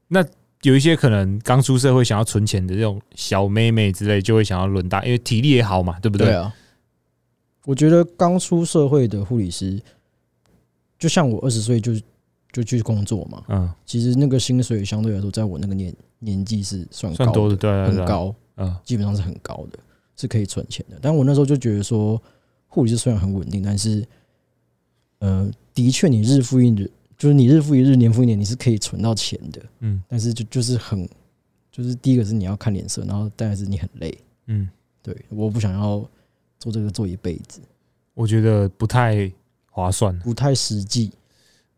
Speaker 1: 那有一些可能刚出社会想要存钱的这种小妹妹之类，就会想要轮大，因为体力也好嘛，对不对？
Speaker 2: 啊，我觉得刚出社会的护理师，就像我二十岁就就去工作嘛，
Speaker 1: 嗯，
Speaker 2: 其实那个薪水相对来说，在我那个年年纪是算
Speaker 1: 算
Speaker 2: 高
Speaker 1: 多的，对啊对啊对
Speaker 2: 很
Speaker 1: 啊，
Speaker 2: 高，
Speaker 1: 嗯，
Speaker 2: 基本上是很高的，是可以存钱的。但我那时候就觉得说，护理师虽然很稳定，但是，呃，的确你日复一日，就是你日复一日、年复一年，你是可以存到钱的。
Speaker 1: 嗯，
Speaker 2: 但是就就是很，就是第一个是你要看脸色，然后再来是你很累。
Speaker 1: 嗯，
Speaker 2: 对，我不想要做这个做一辈子，
Speaker 1: 我觉得不太划算。
Speaker 2: 不太实际。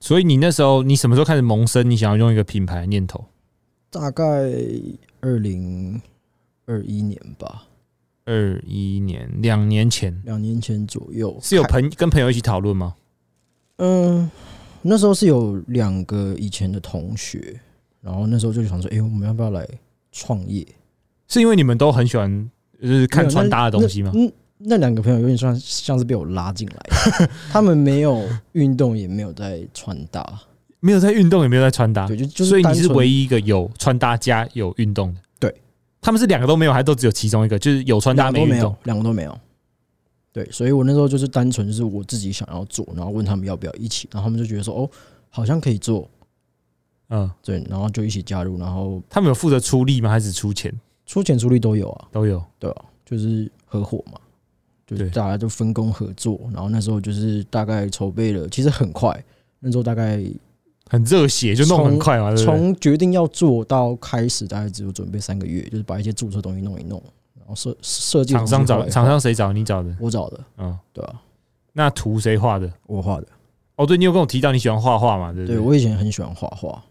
Speaker 1: 所以你那时候，你什么时候开始萌生你想要用一个品牌的念头？
Speaker 2: 大概二零二一年吧，
Speaker 1: 二一年，两年前
Speaker 2: 两年前左右
Speaker 1: 是有
Speaker 2: 开
Speaker 1: 朋跟朋友一起讨论吗？
Speaker 2: 嗯，那时候是有两个以前的同学，然后那时候就想说，哎、我们要不要来创业？
Speaker 1: 是因为你们都很喜欢就是看穿搭的东西吗？
Speaker 2: 嗯，那两个朋友有点像像是被我拉进来 的，他们没有运动，也没有在穿搭，
Speaker 1: 没有在运动，也没有在穿搭，
Speaker 2: 对，就就
Speaker 1: 啊
Speaker 2: 是
Speaker 1: 所以你是唯
Speaker 2: 一
Speaker 1: 一一个有穿搭加有运动的。
Speaker 2: 对，
Speaker 1: 他们是两个都没有，还都只有其中一个，就是有穿搭
Speaker 2: 两个都没
Speaker 1: 运动
Speaker 2: 有。，两个都没有。对，所以我那时候就是单纯就是我自己想要做，然后问他们要不要一起，然后他们就觉得说，哦，好像可以做，
Speaker 1: 嗯，
Speaker 2: 对，然后就一起加入，然后
Speaker 1: 他们有负责出力吗？还是出钱？
Speaker 2: 出钱出力都有啊，
Speaker 1: 都有。
Speaker 2: 对啊，就是合伙嘛，就是
Speaker 1: 对
Speaker 2: 大家就分工合作。然后那时候就是大概筹备了，其实很快，那时候大概
Speaker 1: 很热血，就弄很快嘛，对不对？
Speaker 2: 从决定要做到开始，大概只有准备三个月，就是把一些注册东西弄一弄，然后设设计的
Speaker 1: 厂
Speaker 2: 东
Speaker 1: 商
Speaker 2: 西画
Speaker 1: 找
Speaker 2: 一画
Speaker 1: 厂商谁找你找的？
Speaker 2: 我找的，
Speaker 1: 嗯，
Speaker 2: 对啊，
Speaker 1: 那图谁画的？
Speaker 2: 我画的。
Speaker 1: 哦，对，你有跟我提到你喜欢画画嘛？对不
Speaker 2: 对
Speaker 1: 对？
Speaker 2: 我以前很喜欢画画，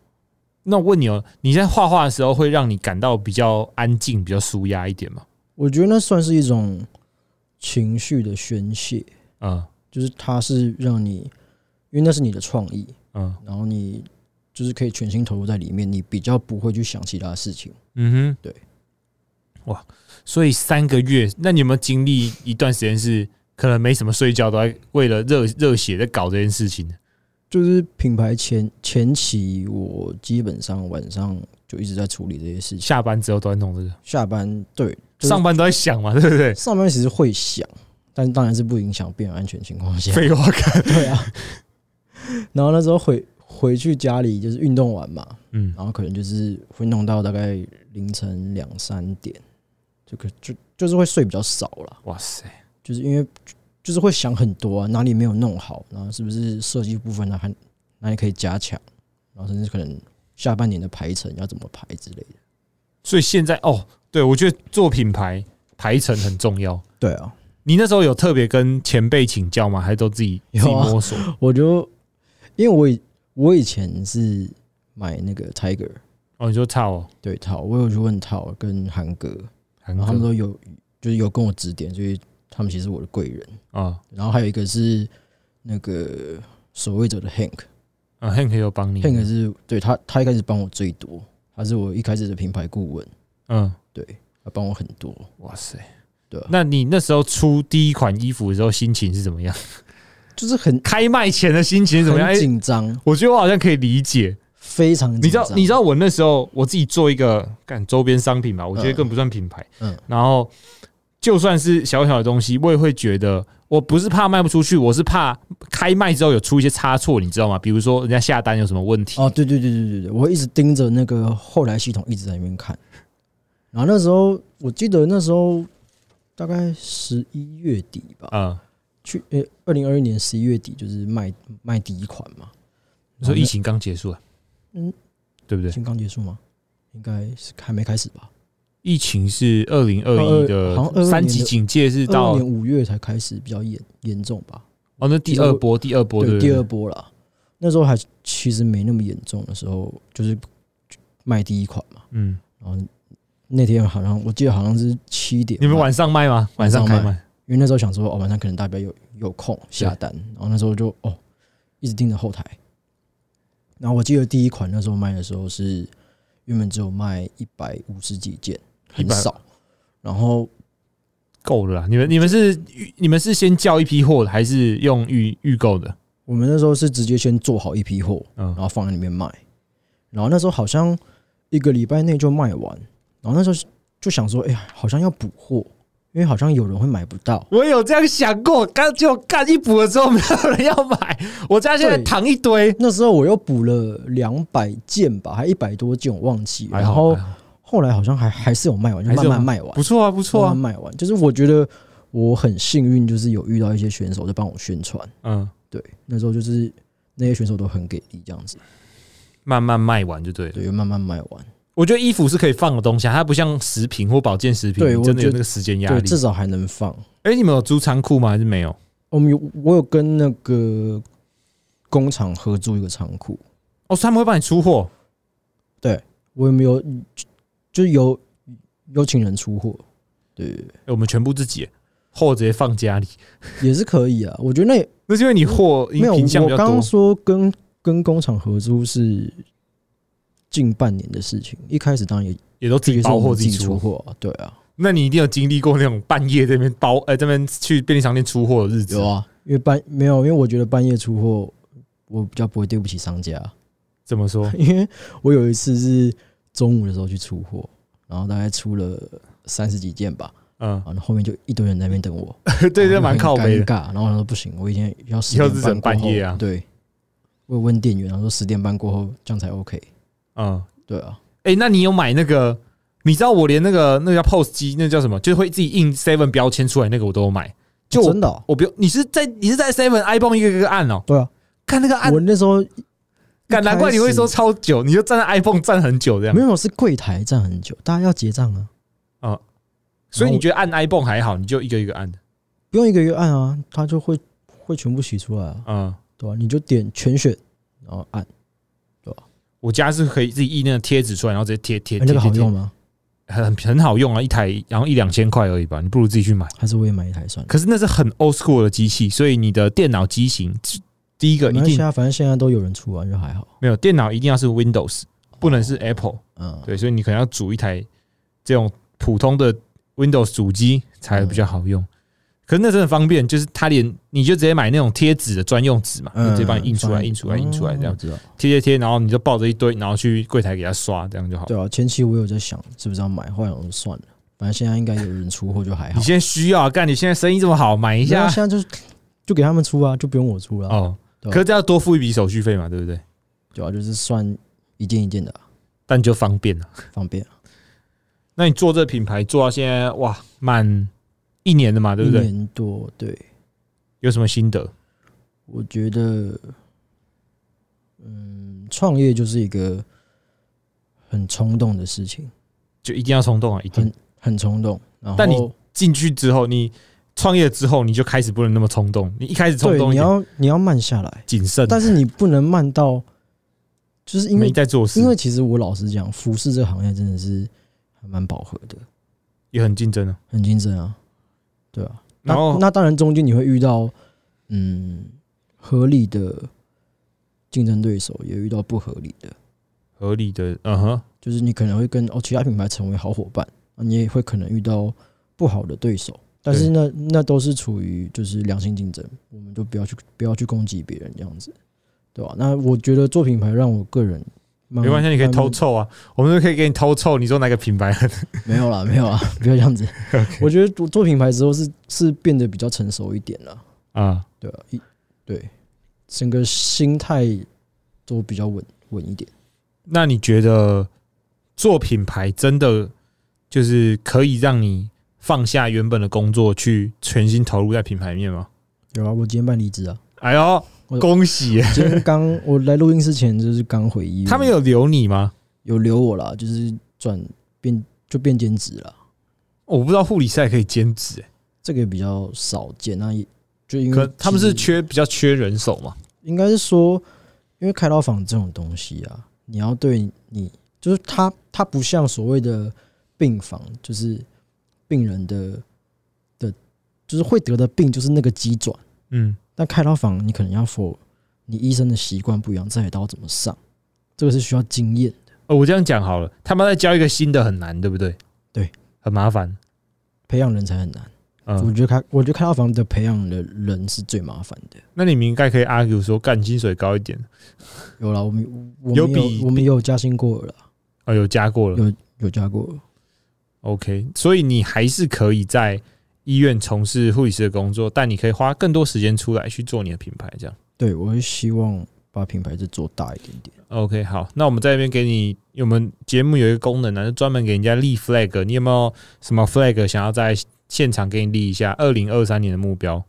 Speaker 1: 那我问你哦，你在画画的时候会让你感到比较安静、比较舒压一点吗？
Speaker 2: 我觉得那算是一种情绪的宣泄，
Speaker 1: 嗯
Speaker 2: 就是它是让你，因为那是你的创意，
Speaker 1: 嗯
Speaker 2: 然后你就是可以全心投入在里面，你比较不会去想其他的事情。
Speaker 1: 嗯哼，
Speaker 2: 对。
Speaker 1: 哇，所以三个月，那你有没有经历一段时间是可能没什么睡觉，都在为了热热血在搞这件事情？
Speaker 2: 就是品牌前前期，我基本上晚上就一直在处理这些事情。
Speaker 1: 下班之后都在弄这个，
Speaker 2: 下班对，就是
Speaker 1: 上班都在想嘛，对不对？
Speaker 2: 上班其实会想，但当然是不影响病人安全情况下。
Speaker 1: 废话，看，
Speaker 2: 对啊。然后那时候回回去家里就是运动完嘛，
Speaker 1: 嗯，
Speaker 2: 然后可能就是会弄到大概凌晨两三点，就可就就是会睡比较少啦，
Speaker 1: 哇塞，
Speaker 2: 就是因为就是会想很多啊，哪里没有弄好，然后是不是设计部分呢还哪里可以加强，然后甚至可能下半年的排程要怎么排之类的。
Speaker 1: 所以现在哦，对我觉得做品牌排程很重要。
Speaker 2: 对啊，
Speaker 1: 你那时候有特别跟前辈请教吗？还是都自己自
Speaker 2: 有
Speaker 1: 己
Speaker 2: 啊
Speaker 1: 摸索？
Speaker 2: 我就因为我以我以前是买那个 Tiger
Speaker 1: 哦，你说差哦，
Speaker 2: 对套，我有去问套跟韩哥，
Speaker 1: 韩
Speaker 2: 然哦后他们
Speaker 1: 哥
Speaker 2: 都有就是有跟我指点，所以他们其实是我的贵人。
Speaker 1: 啊，
Speaker 2: 然后还有一个是那个守卫者的 Hank，Hank
Speaker 1: 嗯，Hank 有帮你，
Speaker 2: 是对他他一开始帮我最多，他是我一开始的品牌顾问，
Speaker 1: 嗯，
Speaker 2: 对他帮我很多。
Speaker 1: 哇塞，
Speaker 2: 对啊
Speaker 1: 那你那时候出第一款衣服的时候心情是怎么样？
Speaker 2: 就是很
Speaker 1: 开卖前的心情是怎么样？
Speaker 2: 很
Speaker 1: 哎，
Speaker 2: 紧张，
Speaker 1: 我觉得我好像可以理解。
Speaker 2: 非常
Speaker 1: 你
Speaker 2: 紧张。
Speaker 1: 知道，你知道我那时候我自己做一个干周边商品吧，我觉得
Speaker 2: 嗯
Speaker 1: 更不算品牌。
Speaker 2: 嗯
Speaker 1: 然后就算是小小的东西，我也会觉得我不是怕卖不出去，我是怕开卖之后有出一些差错，你知道吗？比如说人家下单有什么问题，
Speaker 2: 哦，对对对对对对，我一直盯着那个后台系统一直在那边看。然后那时候我记得那时候大概十一月底吧，
Speaker 1: 嗯，
Speaker 2: 去呃二零二一年十一月底就是卖卖第一款嘛。
Speaker 1: 你说疫情刚结束啊，
Speaker 2: 哦嗯
Speaker 1: 嗯，对不对？
Speaker 2: 情刚结束吗？应该是还没开始吧？
Speaker 1: 疫情是二零二一
Speaker 2: 哦好
Speaker 1: 的
Speaker 2: 像22年的
Speaker 1: 三级警戒是
Speaker 2: 二
Speaker 1: 到
Speaker 2: 年五月才开始比较严严重吧？
Speaker 1: 哦，那第二波，第二波
Speaker 2: 对，
Speaker 1: 对不
Speaker 2: 第
Speaker 1: 对
Speaker 2: 二波啦。那时候还其实没那么严重的时候，就是卖第一款嘛。
Speaker 1: 嗯，
Speaker 2: 然后那天好像我记得好像是七点，
Speaker 1: 你们晚上卖吗？晚上
Speaker 2: 晚上
Speaker 1: 开
Speaker 2: 卖
Speaker 1: 卖？
Speaker 2: 因为那时候想说哦，晚上可能大家有有空下单，然后那时候就哦一直盯着后台。然后我记得第一款那时候卖的时候是原本只有卖一百五十几件，很
Speaker 1: 100
Speaker 2: 少。然后
Speaker 1: 够了啦！你们你们是预你们是先叫一批货的，还是用预预购的？
Speaker 2: 我们那时候是直接先做好一批货，
Speaker 1: 嗯
Speaker 2: 然，后放在里面卖。然后那时候好像一个礼拜内就卖完，然后那时候就想说，哎呀，好像要补货，因为好像有人会买不到。
Speaker 1: 我有这样想过，刚就干一补了之后，没有人要买， 我家现在
Speaker 2: 对
Speaker 1: 躺一堆，
Speaker 2: 那时候我又补了两百件吧，还一百多件，我忘记了。
Speaker 1: 还
Speaker 2: 然
Speaker 1: 好
Speaker 2: 后
Speaker 1: 还好
Speaker 2: 后来好像还还是有卖完，就
Speaker 1: 还是
Speaker 2: 慢
Speaker 1: 有
Speaker 2: 慢卖完，
Speaker 1: 不错啊，不错
Speaker 2: 慢
Speaker 1: 啊，
Speaker 2: 慢卖完。就是我觉得我很幸运，就是有遇到一些选手在帮我宣传。
Speaker 1: 嗯，
Speaker 2: 对，那时候就是那些选手都很给力，这样子，
Speaker 1: 慢慢卖完就对了。
Speaker 2: 对，就慢慢卖完。
Speaker 1: 我觉得衣服是可以放的东西啊，它不像食品或保健食品，
Speaker 2: 对
Speaker 1: 你
Speaker 2: 我
Speaker 1: 真的有
Speaker 2: 觉
Speaker 1: 那
Speaker 2: 得
Speaker 1: 个时间压
Speaker 2: 对，
Speaker 1: 力。
Speaker 2: 至少还能放。哦
Speaker 1: 哎、你们有租仓库吗？还是没有？
Speaker 2: 我们有我有跟那个工厂合租一个仓库，
Speaker 1: 哦，所以他们会帮你出货，
Speaker 2: 我有没有就是有有请人出货，对，
Speaker 1: 哎我们全部自己货直接放家里。
Speaker 2: 也是可以啊。我觉得那也
Speaker 1: 那是因为你货你
Speaker 2: 没有，
Speaker 1: 品相
Speaker 2: 我
Speaker 1: 比较
Speaker 2: 刚
Speaker 1: 多
Speaker 2: 刚，说跟跟工厂合租是近半年的事情，一开始当然也
Speaker 1: 也都自
Speaker 2: 这
Speaker 1: 己
Speaker 2: 个是
Speaker 1: 包
Speaker 2: 我
Speaker 1: 货
Speaker 2: 们
Speaker 1: 自
Speaker 2: 自
Speaker 1: 己
Speaker 2: 己
Speaker 1: 出
Speaker 2: 出
Speaker 1: 货。
Speaker 2: 货啊，对啊，
Speaker 1: 那你一定有经历过那种半夜这边包，呃，这边去便利商店出货的日子。
Speaker 2: 有啊，因为半没有，因为我觉得半夜出货，我比较不会对不起商家，
Speaker 1: 怎么说？
Speaker 2: 因为我有一次是中午的时候去出货，然后大概出了三十几件吧，
Speaker 1: 嗯，
Speaker 2: 然后后面就一堆人在那边等我，
Speaker 1: 对，
Speaker 2: 然后
Speaker 1: 这
Speaker 2: 就
Speaker 1: 蛮
Speaker 2: 很
Speaker 1: 靠背
Speaker 2: 尴
Speaker 1: 的。
Speaker 2: 尬，然后我说不行，我一天要十
Speaker 1: 以后
Speaker 2: 点
Speaker 1: 是整
Speaker 2: 半过
Speaker 1: 半
Speaker 2: 后
Speaker 1: 夜啊
Speaker 2: 对，我有问店员，然后说十点半过后这样才 OK。
Speaker 1: 嗯，
Speaker 2: 对啊，
Speaker 1: 哎、那你有买那个？你知道我连那个那个叫 POS 机，那叫什么？就是会自己印 Seven 标签出来那个我都有买。就我
Speaker 2: 真的哦、
Speaker 1: 我不用，你是在你是在 Seven iPhone 一个一个按哦，
Speaker 2: 对啊，
Speaker 1: 看那个按
Speaker 2: 我，那时候
Speaker 1: 干难怪你会说超久，你就站在 iPhone 站很久这样
Speaker 2: 没。有是柜台站很久，大家要结账啊，
Speaker 1: 所以你觉得按 iPhone 还好，你就一个一个按。
Speaker 2: 不用一个一个按啊，他就会会全部洗出来啊，
Speaker 1: 嗯，
Speaker 2: 对啊，你就点全选，然后按，
Speaker 1: 我家是可以自己印那个贴纸出来，然后直接贴贴贴，
Speaker 2: 哎那个好
Speaker 1: 贴
Speaker 2: 用，吗？
Speaker 1: 贴很很好用啊，一台然后一两千块而已吧，你不如自己去买。
Speaker 2: 还是我也买一台算了。
Speaker 1: 可是那是很 old school 的机器，所以你的电脑机型第一个一
Speaker 2: 没关系
Speaker 1: 定
Speaker 2: 啊，反正现在都有人出啊，就还好。
Speaker 1: 没有，电脑一定要是 Windows，不能是 Apple。
Speaker 2: 嗯，
Speaker 1: 对，所以你可能要组一台这种普通的 Windows 主机才比较好用。可是那真的方便，就是它连你就直接买那种贴纸的专用纸嘛，就直接帮你印出来、
Speaker 2: 嗯
Speaker 1: 印出来、印出来，这
Speaker 2: 哦
Speaker 1: 样
Speaker 2: 我知道。
Speaker 1: 贴贴贴，然后你就抱着一堆，然后去柜台给他刷，这样就好。
Speaker 2: 对啊，前期我有在想是不是要买，后来我就算了，反正现在应该有人出货就还好
Speaker 1: 你。现在需要啊干，你现在生意这么好，买一
Speaker 2: 没有
Speaker 1: 下
Speaker 2: 现在就是就给他们出啊，就不用我出了、
Speaker 1: 哦。
Speaker 2: 对啊
Speaker 1: 可是这要多付一笔手续费嘛，对不对？
Speaker 2: 对啊，就是算一件一件的啊、
Speaker 1: 但就方便了。
Speaker 2: 方便啊，
Speaker 1: 那你做这品牌做到现在哇，满一年了嘛，对不
Speaker 2: 一
Speaker 1: 对？
Speaker 2: 年多，对，
Speaker 1: 有什么心得？
Speaker 2: 我觉得，嗯，创业就是一个很冲动的事情，
Speaker 1: 就一定要冲动啊，一定
Speaker 2: 很很冲动。然后，
Speaker 1: 但进去之后，你创业之后，你就开始不能那么冲动。你一开始冲
Speaker 2: 对
Speaker 1: 动，
Speaker 2: 你要你要慢下来，
Speaker 1: 谨慎，
Speaker 2: 但是你不能慢到，就是因
Speaker 1: 没
Speaker 2: 为
Speaker 1: 在做事
Speaker 2: 因，为其实我老实讲，服饰这行业真的是还蛮饱和的，
Speaker 1: 也很竞争啊。
Speaker 2: 很竞争啊，对啊。
Speaker 1: 然后
Speaker 2: 那那当然中间你会遇到嗯合理的竞争对手，也遇到不合理的，
Speaker 1: 合理的，嗯哼，
Speaker 2: 就是你可能会跟哦其他品牌成为好伙伴，那你也会可能遇到不好的对手，但是那那都是处于就是良性竞争，我们就不要去不要去攻击别人这样子，对吧、那我觉得做品牌让我个人慢慢
Speaker 1: 没关系，你可以
Speaker 2: 慢慢
Speaker 1: 偷臭啊，我们都可以给你偷臭。你说哪个品牌？
Speaker 2: 没有啦，没有啦，不要这样子。我觉得我做品牌之后是是变得比较成熟一点了。
Speaker 1: 啊，
Speaker 2: 对啊，一对，整个心态都比较稳稳一点。
Speaker 1: 那你觉得做品牌真的就是可以让你放下原本的工作，去全心投入在品牌里面吗？
Speaker 2: 有啊，我今天办离职啊，
Speaker 1: 哎呦，
Speaker 2: 我
Speaker 1: 恭喜耶！
Speaker 2: 今天刚我来录音之前就是刚回医院，
Speaker 1: 他们有留你吗？
Speaker 2: 有留我啦，就是转变就变兼职了，
Speaker 1: 我不知道护理赛可以兼职、欸，
Speaker 2: 这个比较少见。那也就因
Speaker 1: 可
Speaker 2: 为
Speaker 1: 他们是
Speaker 2: 其实
Speaker 1: 缺比较缺人手嘛？
Speaker 2: 应该是说因为开刀房这种东西啊，你要对你就是它，它不像所谓的病房，就是病人的的，就是会得的病就是那个鸡爪。
Speaker 1: 嗯，
Speaker 2: 但开刀房你可能要否你医生的习惯不一样，这台刀怎么上，这个是需要经验。
Speaker 1: 哦，我这样讲好了，他妈再教一个新的很难，对不对？
Speaker 2: 对，
Speaker 1: 很麻烦。
Speaker 2: 培养人才很难。我
Speaker 1: 嗯，
Speaker 2: 觉得开，我觉得开刀房的培养的人是最麻烦的。
Speaker 1: 那你们应该可以 argue 说，干薪水高一点
Speaker 2: 有了，我们我们
Speaker 1: 有
Speaker 2: 有
Speaker 1: 比
Speaker 2: 我们有加薪过了啦，
Speaker 1: 哦，有加过了。
Speaker 2: 有有加过了
Speaker 1: OK，所以你还是可以在医院从事护理师的工作，但你可以花更多时间出来去做你的品牌，这样。
Speaker 2: 对，我会希望把品牌再做大一点点。
Speaker 1: OK，好，那我们在这边给你，我们节目有一个功能呢、就专门给人家立 flag。你有没有什么 flag 想要在现场给你立一下？二零二三年的目标，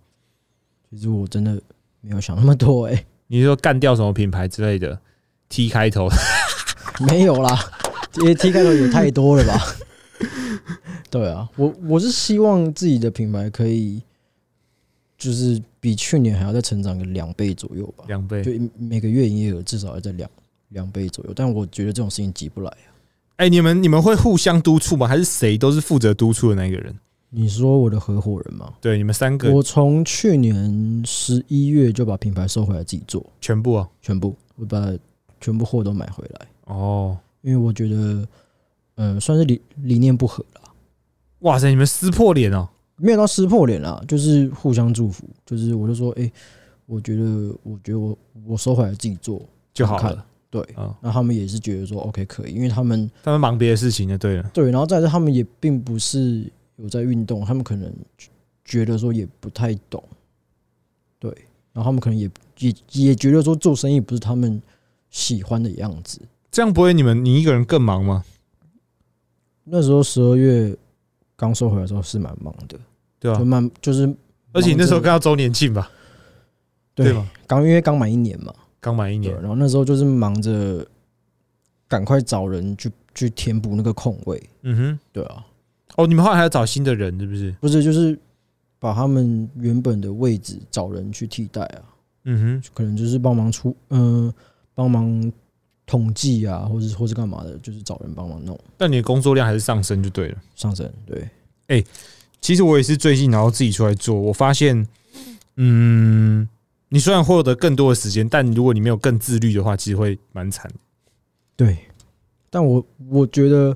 Speaker 2: 其实我真的没有想那么多、欸，
Speaker 1: 你是说干掉什么品牌之类的？T 开头的，
Speaker 2: 没有啦，因为 T 开头也太多了吧？ 对啊，我我是希望自己的品牌可以，就是比去年还要再成长个两倍左右吧，
Speaker 1: 两倍
Speaker 2: 就。每个月营业额至少要在两两倍左右。但我觉得这种事情急不来啊。
Speaker 1: 哎、你们你们会互相督促吗？还是谁都是负责督促的那个人？
Speaker 2: 你说我的合伙人吗？
Speaker 1: 对，你们三个
Speaker 2: 我从去年十一月就把品牌收回来自己做，
Speaker 1: 全部哦。
Speaker 2: 全部我把全部货都买回来，
Speaker 1: 哦，
Speaker 2: 因为我觉得，嗯，算是理理念不合啦，
Speaker 1: 哇塞，你们撕破脸哦。
Speaker 2: 没有到撕破脸啦，就是互相祝福，就是我就说，哎、我觉得，我觉得我我收回来自己做，
Speaker 1: 就好
Speaker 2: 看
Speaker 1: 了。
Speaker 2: 对，
Speaker 1: 嗯，
Speaker 2: 那他们也是觉得说 OK 可以，因为他们
Speaker 1: 他们忙别的事情就对了。
Speaker 2: 对，然后再来是他们也并不是有在运动，他们可能觉觉得说也不太懂，对，然后他们可能也也也觉得说做生意不是他们喜欢的样子。
Speaker 1: 这样不会你们你一个人更忙吗？
Speaker 2: 那时候十二月刚收回来的时候是蛮忙的，
Speaker 1: 对吧、啊
Speaker 2: 就慢就是
Speaker 1: 而且你那时候
Speaker 2: 忙着
Speaker 1: 刚要周年庆吧？对
Speaker 2: 对
Speaker 1: 吧？
Speaker 2: 刚因为刚满一年嘛，
Speaker 1: 刚满一
Speaker 2: 对，
Speaker 1: 年。
Speaker 2: 然后那时候就是忙着赶快找人去去填补那个空位，
Speaker 1: 嗯哼。
Speaker 2: 对啊，
Speaker 1: 哦，你们后来还要找新的人，是不是？
Speaker 2: 不是就是把他们原本的位置找人去替代啊。
Speaker 1: 嗯哼，
Speaker 2: 可能就是帮忙出，嗯、帮忙统计啊，或者或是干嘛的，就是找人帮忙弄
Speaker 1: 但你的工作量还是上升就对了。
Speaker 2: 上升。对，
Speaker 1: 其实我也是最近然后自己出来做，我发现，嗯，你虽然获得更多的时间，但如果你没有更自律的话，其实会蛮惨的。
Speaker 2: 对，但我我觉得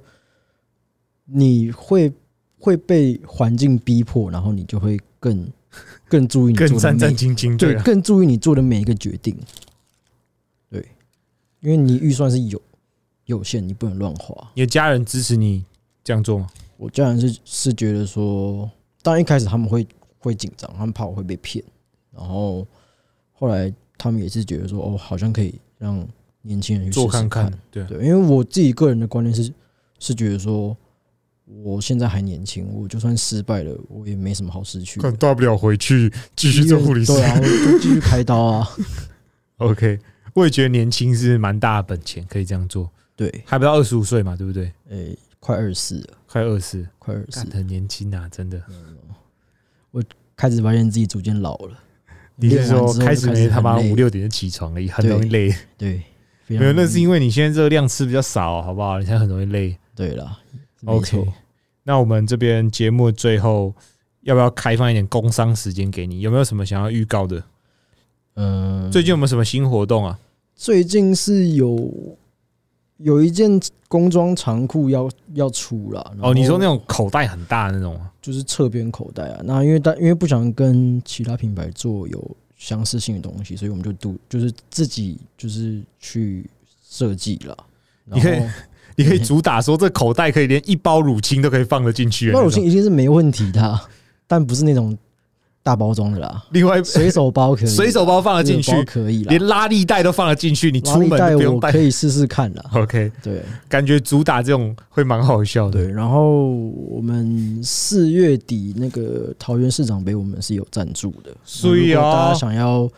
Speaker 2: 你会会被环境逼迫，然后你就会 更更注意你
Speaker 1: 更
Speaker 2: 做的
Speaker 1: 战
Speaker 2: 每
Speaker 1: 战兢兢，
Speaker 2: 对
Speaker 1: 对啊，
Speaker 2: 更注意你做的每一个决定。对，因为你预算是有有限，你不能乱花。
Speaker 1: 你的家人支持你这样做吗？
Speaker 2: 我家人是是觉得说，当然一开始他们会会紧张，他们怕我会被骗，然后后来他们也是觉得说，哦，好像可以让年轻人去试
Speaker 1: 做
Speaker 2: 试
Speaker 1: 看看
Speaker 2: 看。，
Speaker 1: 对啊，
Speaker 2: 对，因为我自己个人的观念是是觉得说，我现在还年轻，我就算失败了，我也没什么好失去的。
Speaker 1: 大不了回去继
Speaker 2: 对啊，我就继续开 刀啊。
Speaker 1: OK，我也觉得年轻是蛮大的本钱，可以这样做，
Speaker 2: 对，
Speaker 1: 还不到二十五岁嘛，对不对？
Speaker 2: 诶、快二十四了，
Speaker 1: 快二十，
Speaker 2: 快二十
Speaker 1: 干，很年轻啊，真
Speaker 2: 嗯
Speaker 1: 的。
Speaker 2: 我开始发现自己逐渐老了。
Speaker 1: 你是
Speaker 2: 练
Speaker 1: 说
Speaker 2: 完之后就
Speaker 1: 开始没他妈
Speaker 2: 啊很累
Speaker 1: 五六点就起床了，也很容易累？
Speaker 2: 对，没
Speaker 1: 没有，那是因为你现在热量吃比较少，好不好？你才很容易累。
Speaker 2: 对啦。没
Speaker 1: OK，
Speaker 2: 错
Speaker 1: 那我们这边节目最后要不要开放一点工商时间给你？有没有什么想要预告的？
Speaker 2: 嗯，
Speaker 1: 最近有没有什么新活动啊？
Speaker 2: 最近是有有一件工装长裤要要出了。然后
Speaker 1: 哦，你说那种口袋很大的那种啊，
Speaker 2: 就是侧边口袋啊？那因为但因为不想跟其他品牌做有相似性的东西，所以我们就独就是自己就是去设计了。
Speaker 1: 你可以
Speaker 2: 然后
Speaker 1: 你可以主打说这口袋可以连一包乳清都可以放得进去的那
Speaker 2: 那
Speaker 1: 种。
Speaker 2: 乳清一定是没问题的啊，但不是那种大包装的啦，
Speaker 1: 另外
Speaker 2: 随手包可以啦，
Speaker 1: 随手包放得进去
Speaker 2: 随手包可以啦，
Speaker 1: 连拉力带都放得进去，你出门都
Speaker 2: 拉力
Speaker 1: 不
Speaker 2: 带
Speaker 1: 用
Speaker 2: 我
Speaker 1: 带
Speaker 2: 可。以试试看啦。
Speaker 1: OK，
Speaker 2: 对，
Speaker 1: 感觉主打这种会蛮好笑的。
Speaker 2: 对，然后我们四月底那个桃园市长杯，我们是有赞助的。
Speaker 1: 所以
Speaker 2: 如果大
Speaker 1: 啊
Speaker 2: 家，想要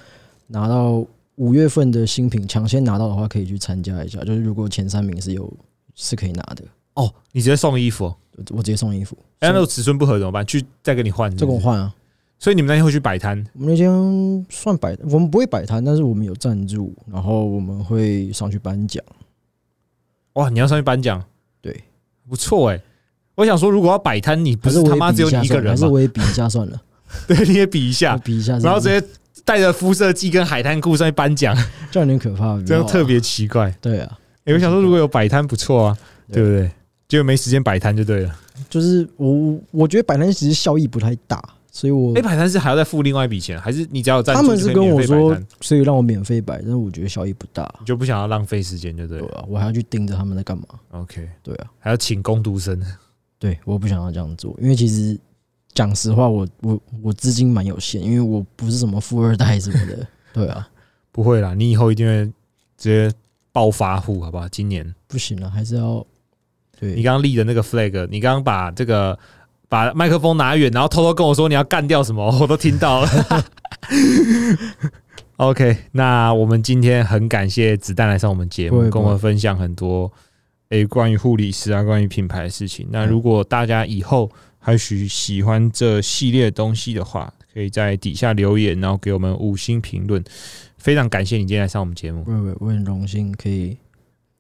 Speaker 2: 拿到五月份的新品，抢先拿到的话，可以去参加一下。就是如果前三名是有是可以拿的，
Speaker 1: 哦，你直接送衣服哦，
Speaker 2: 我我直接送衣服。
Speaker 1: 哎，那如
Speaker 2: 送
Speaker 1: 果尺寸不合怎么办？去再跟你换。
Speaker 2: 这跟我
Speaker 1: 是不是
Speaker 2: 换啊，
Speaker 1: 所以你们那天会去摆摊，
Speaker 2: 我们那天算摆，我们不会摆摊，但是我们有赞助，然后我们会上去颁奖。
Speaker 1: 哇，你要上去颁奖，
Speaker 2: 对，
Speaker 1: 不错哎、我想说，如果要摆摊，你不
Speaker 2: 还是
Speaker 1: 是
Speaker 2: 我
Speaker 1: 他
Speaker 2: 也
Speaker 1: 妈
Speaker 2: 比
Speaker 1: 只有
Speaker 2: 下
Speaker 1: 你一个
Speaker 2: 算了
Speaker 1: 人
Speaker 2: 还是
Speaker 1: 吗？
Speaker 2: 我也比一下算了，
Speaker 1: 对，你也比一
Speaker 2: 我
Speaker 1: 下，
Speaker 2: 比一下，
Speaker 1: 然后直接带着肤色剂跟海滩裤上去颁奖，
Speaker 2: 这样有点可怕，
Speaker 1: 这样
Speaker 2: 不要啊
Speaker 1: 特别奇怪。
Speaker 2: 对啊。
Speaker 1: 欸我想说，如果有摆摊不错啊，对
Speaker 2: 对
Speaker 1: 不对？就没时间摆摊就对了。
Speaker 2: 就是我我觉得摆摊其实效益不太大，所以我
Speaker 1: 哎，摆摊是还要再付另外一笔钱，还是你只要有赞助
Speaker 2: 他们
Speaker 1: 就是可以
Speaker 2: 跟我
Speaker 1: 免费摆
Speaker 2: 说
Speaker 1: 摊，
Speaker 2: 所以让我免费摆，但是我觉得效益不大，
Speaker 1: 你就不想要浪费时间，就对
Speaker 2: 对
Speaker 1: 了。
Speaker 2: 啊，我还要去盯着他们在干嘛，
Speaker 1: OK，
Speaker 2: 对啊，
Speaker 1: 还要请工读生，
Speaker 2: 对，我不想要这样做，因为其实讲实话，我我我资金蛮有限，因为我不是什么富二代什么 的，对啊，
Speaker 1: 不会啦，你以后一定会直接暴发户，好不好？今年
Speaker 2: 不行啊了，还是要
Speaker 1: 你
Speaker 2: 对，
Speaker 1: 刚刚立的那个 flag，你刚刚把这个把麦克风拿远，然后偷偷跟我说你要干掉什么， 我都听到了。OK，那我们今天很感谢子弹来上我们节
Speaker 2: 不
Speaker 1: 目，
Speaker 2: 会
Speaker 1: 跟
Speaker 2: 不
Speaker 1: 我
Speaker 2: 会
Speaker 1: 们分享很多诶、关于护理师啊，关于品牌的事情。那
Speaker 2: 嗯
Speaker 1: 如果大家以后还许喜欢这系列的东西的话，可以在底下留言，然后给我们五星评论。非常感谢你今天来上我们节目，
Speaker 2: 我我我很荣幸可以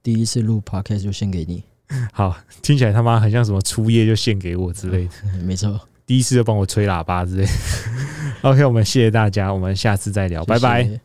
Speaker 2: 第一次录 podcast 就献给你，
Speaker 1: 好，听起来他妈很像什么初夜就献给我之类的。
Speaker 2: 没错，
Speaker 1: 第一次就帮我吹喇叭之类。OK，我们谢谢大家，我们下次再聊，拜拜
Speaker 2: 谢。谢。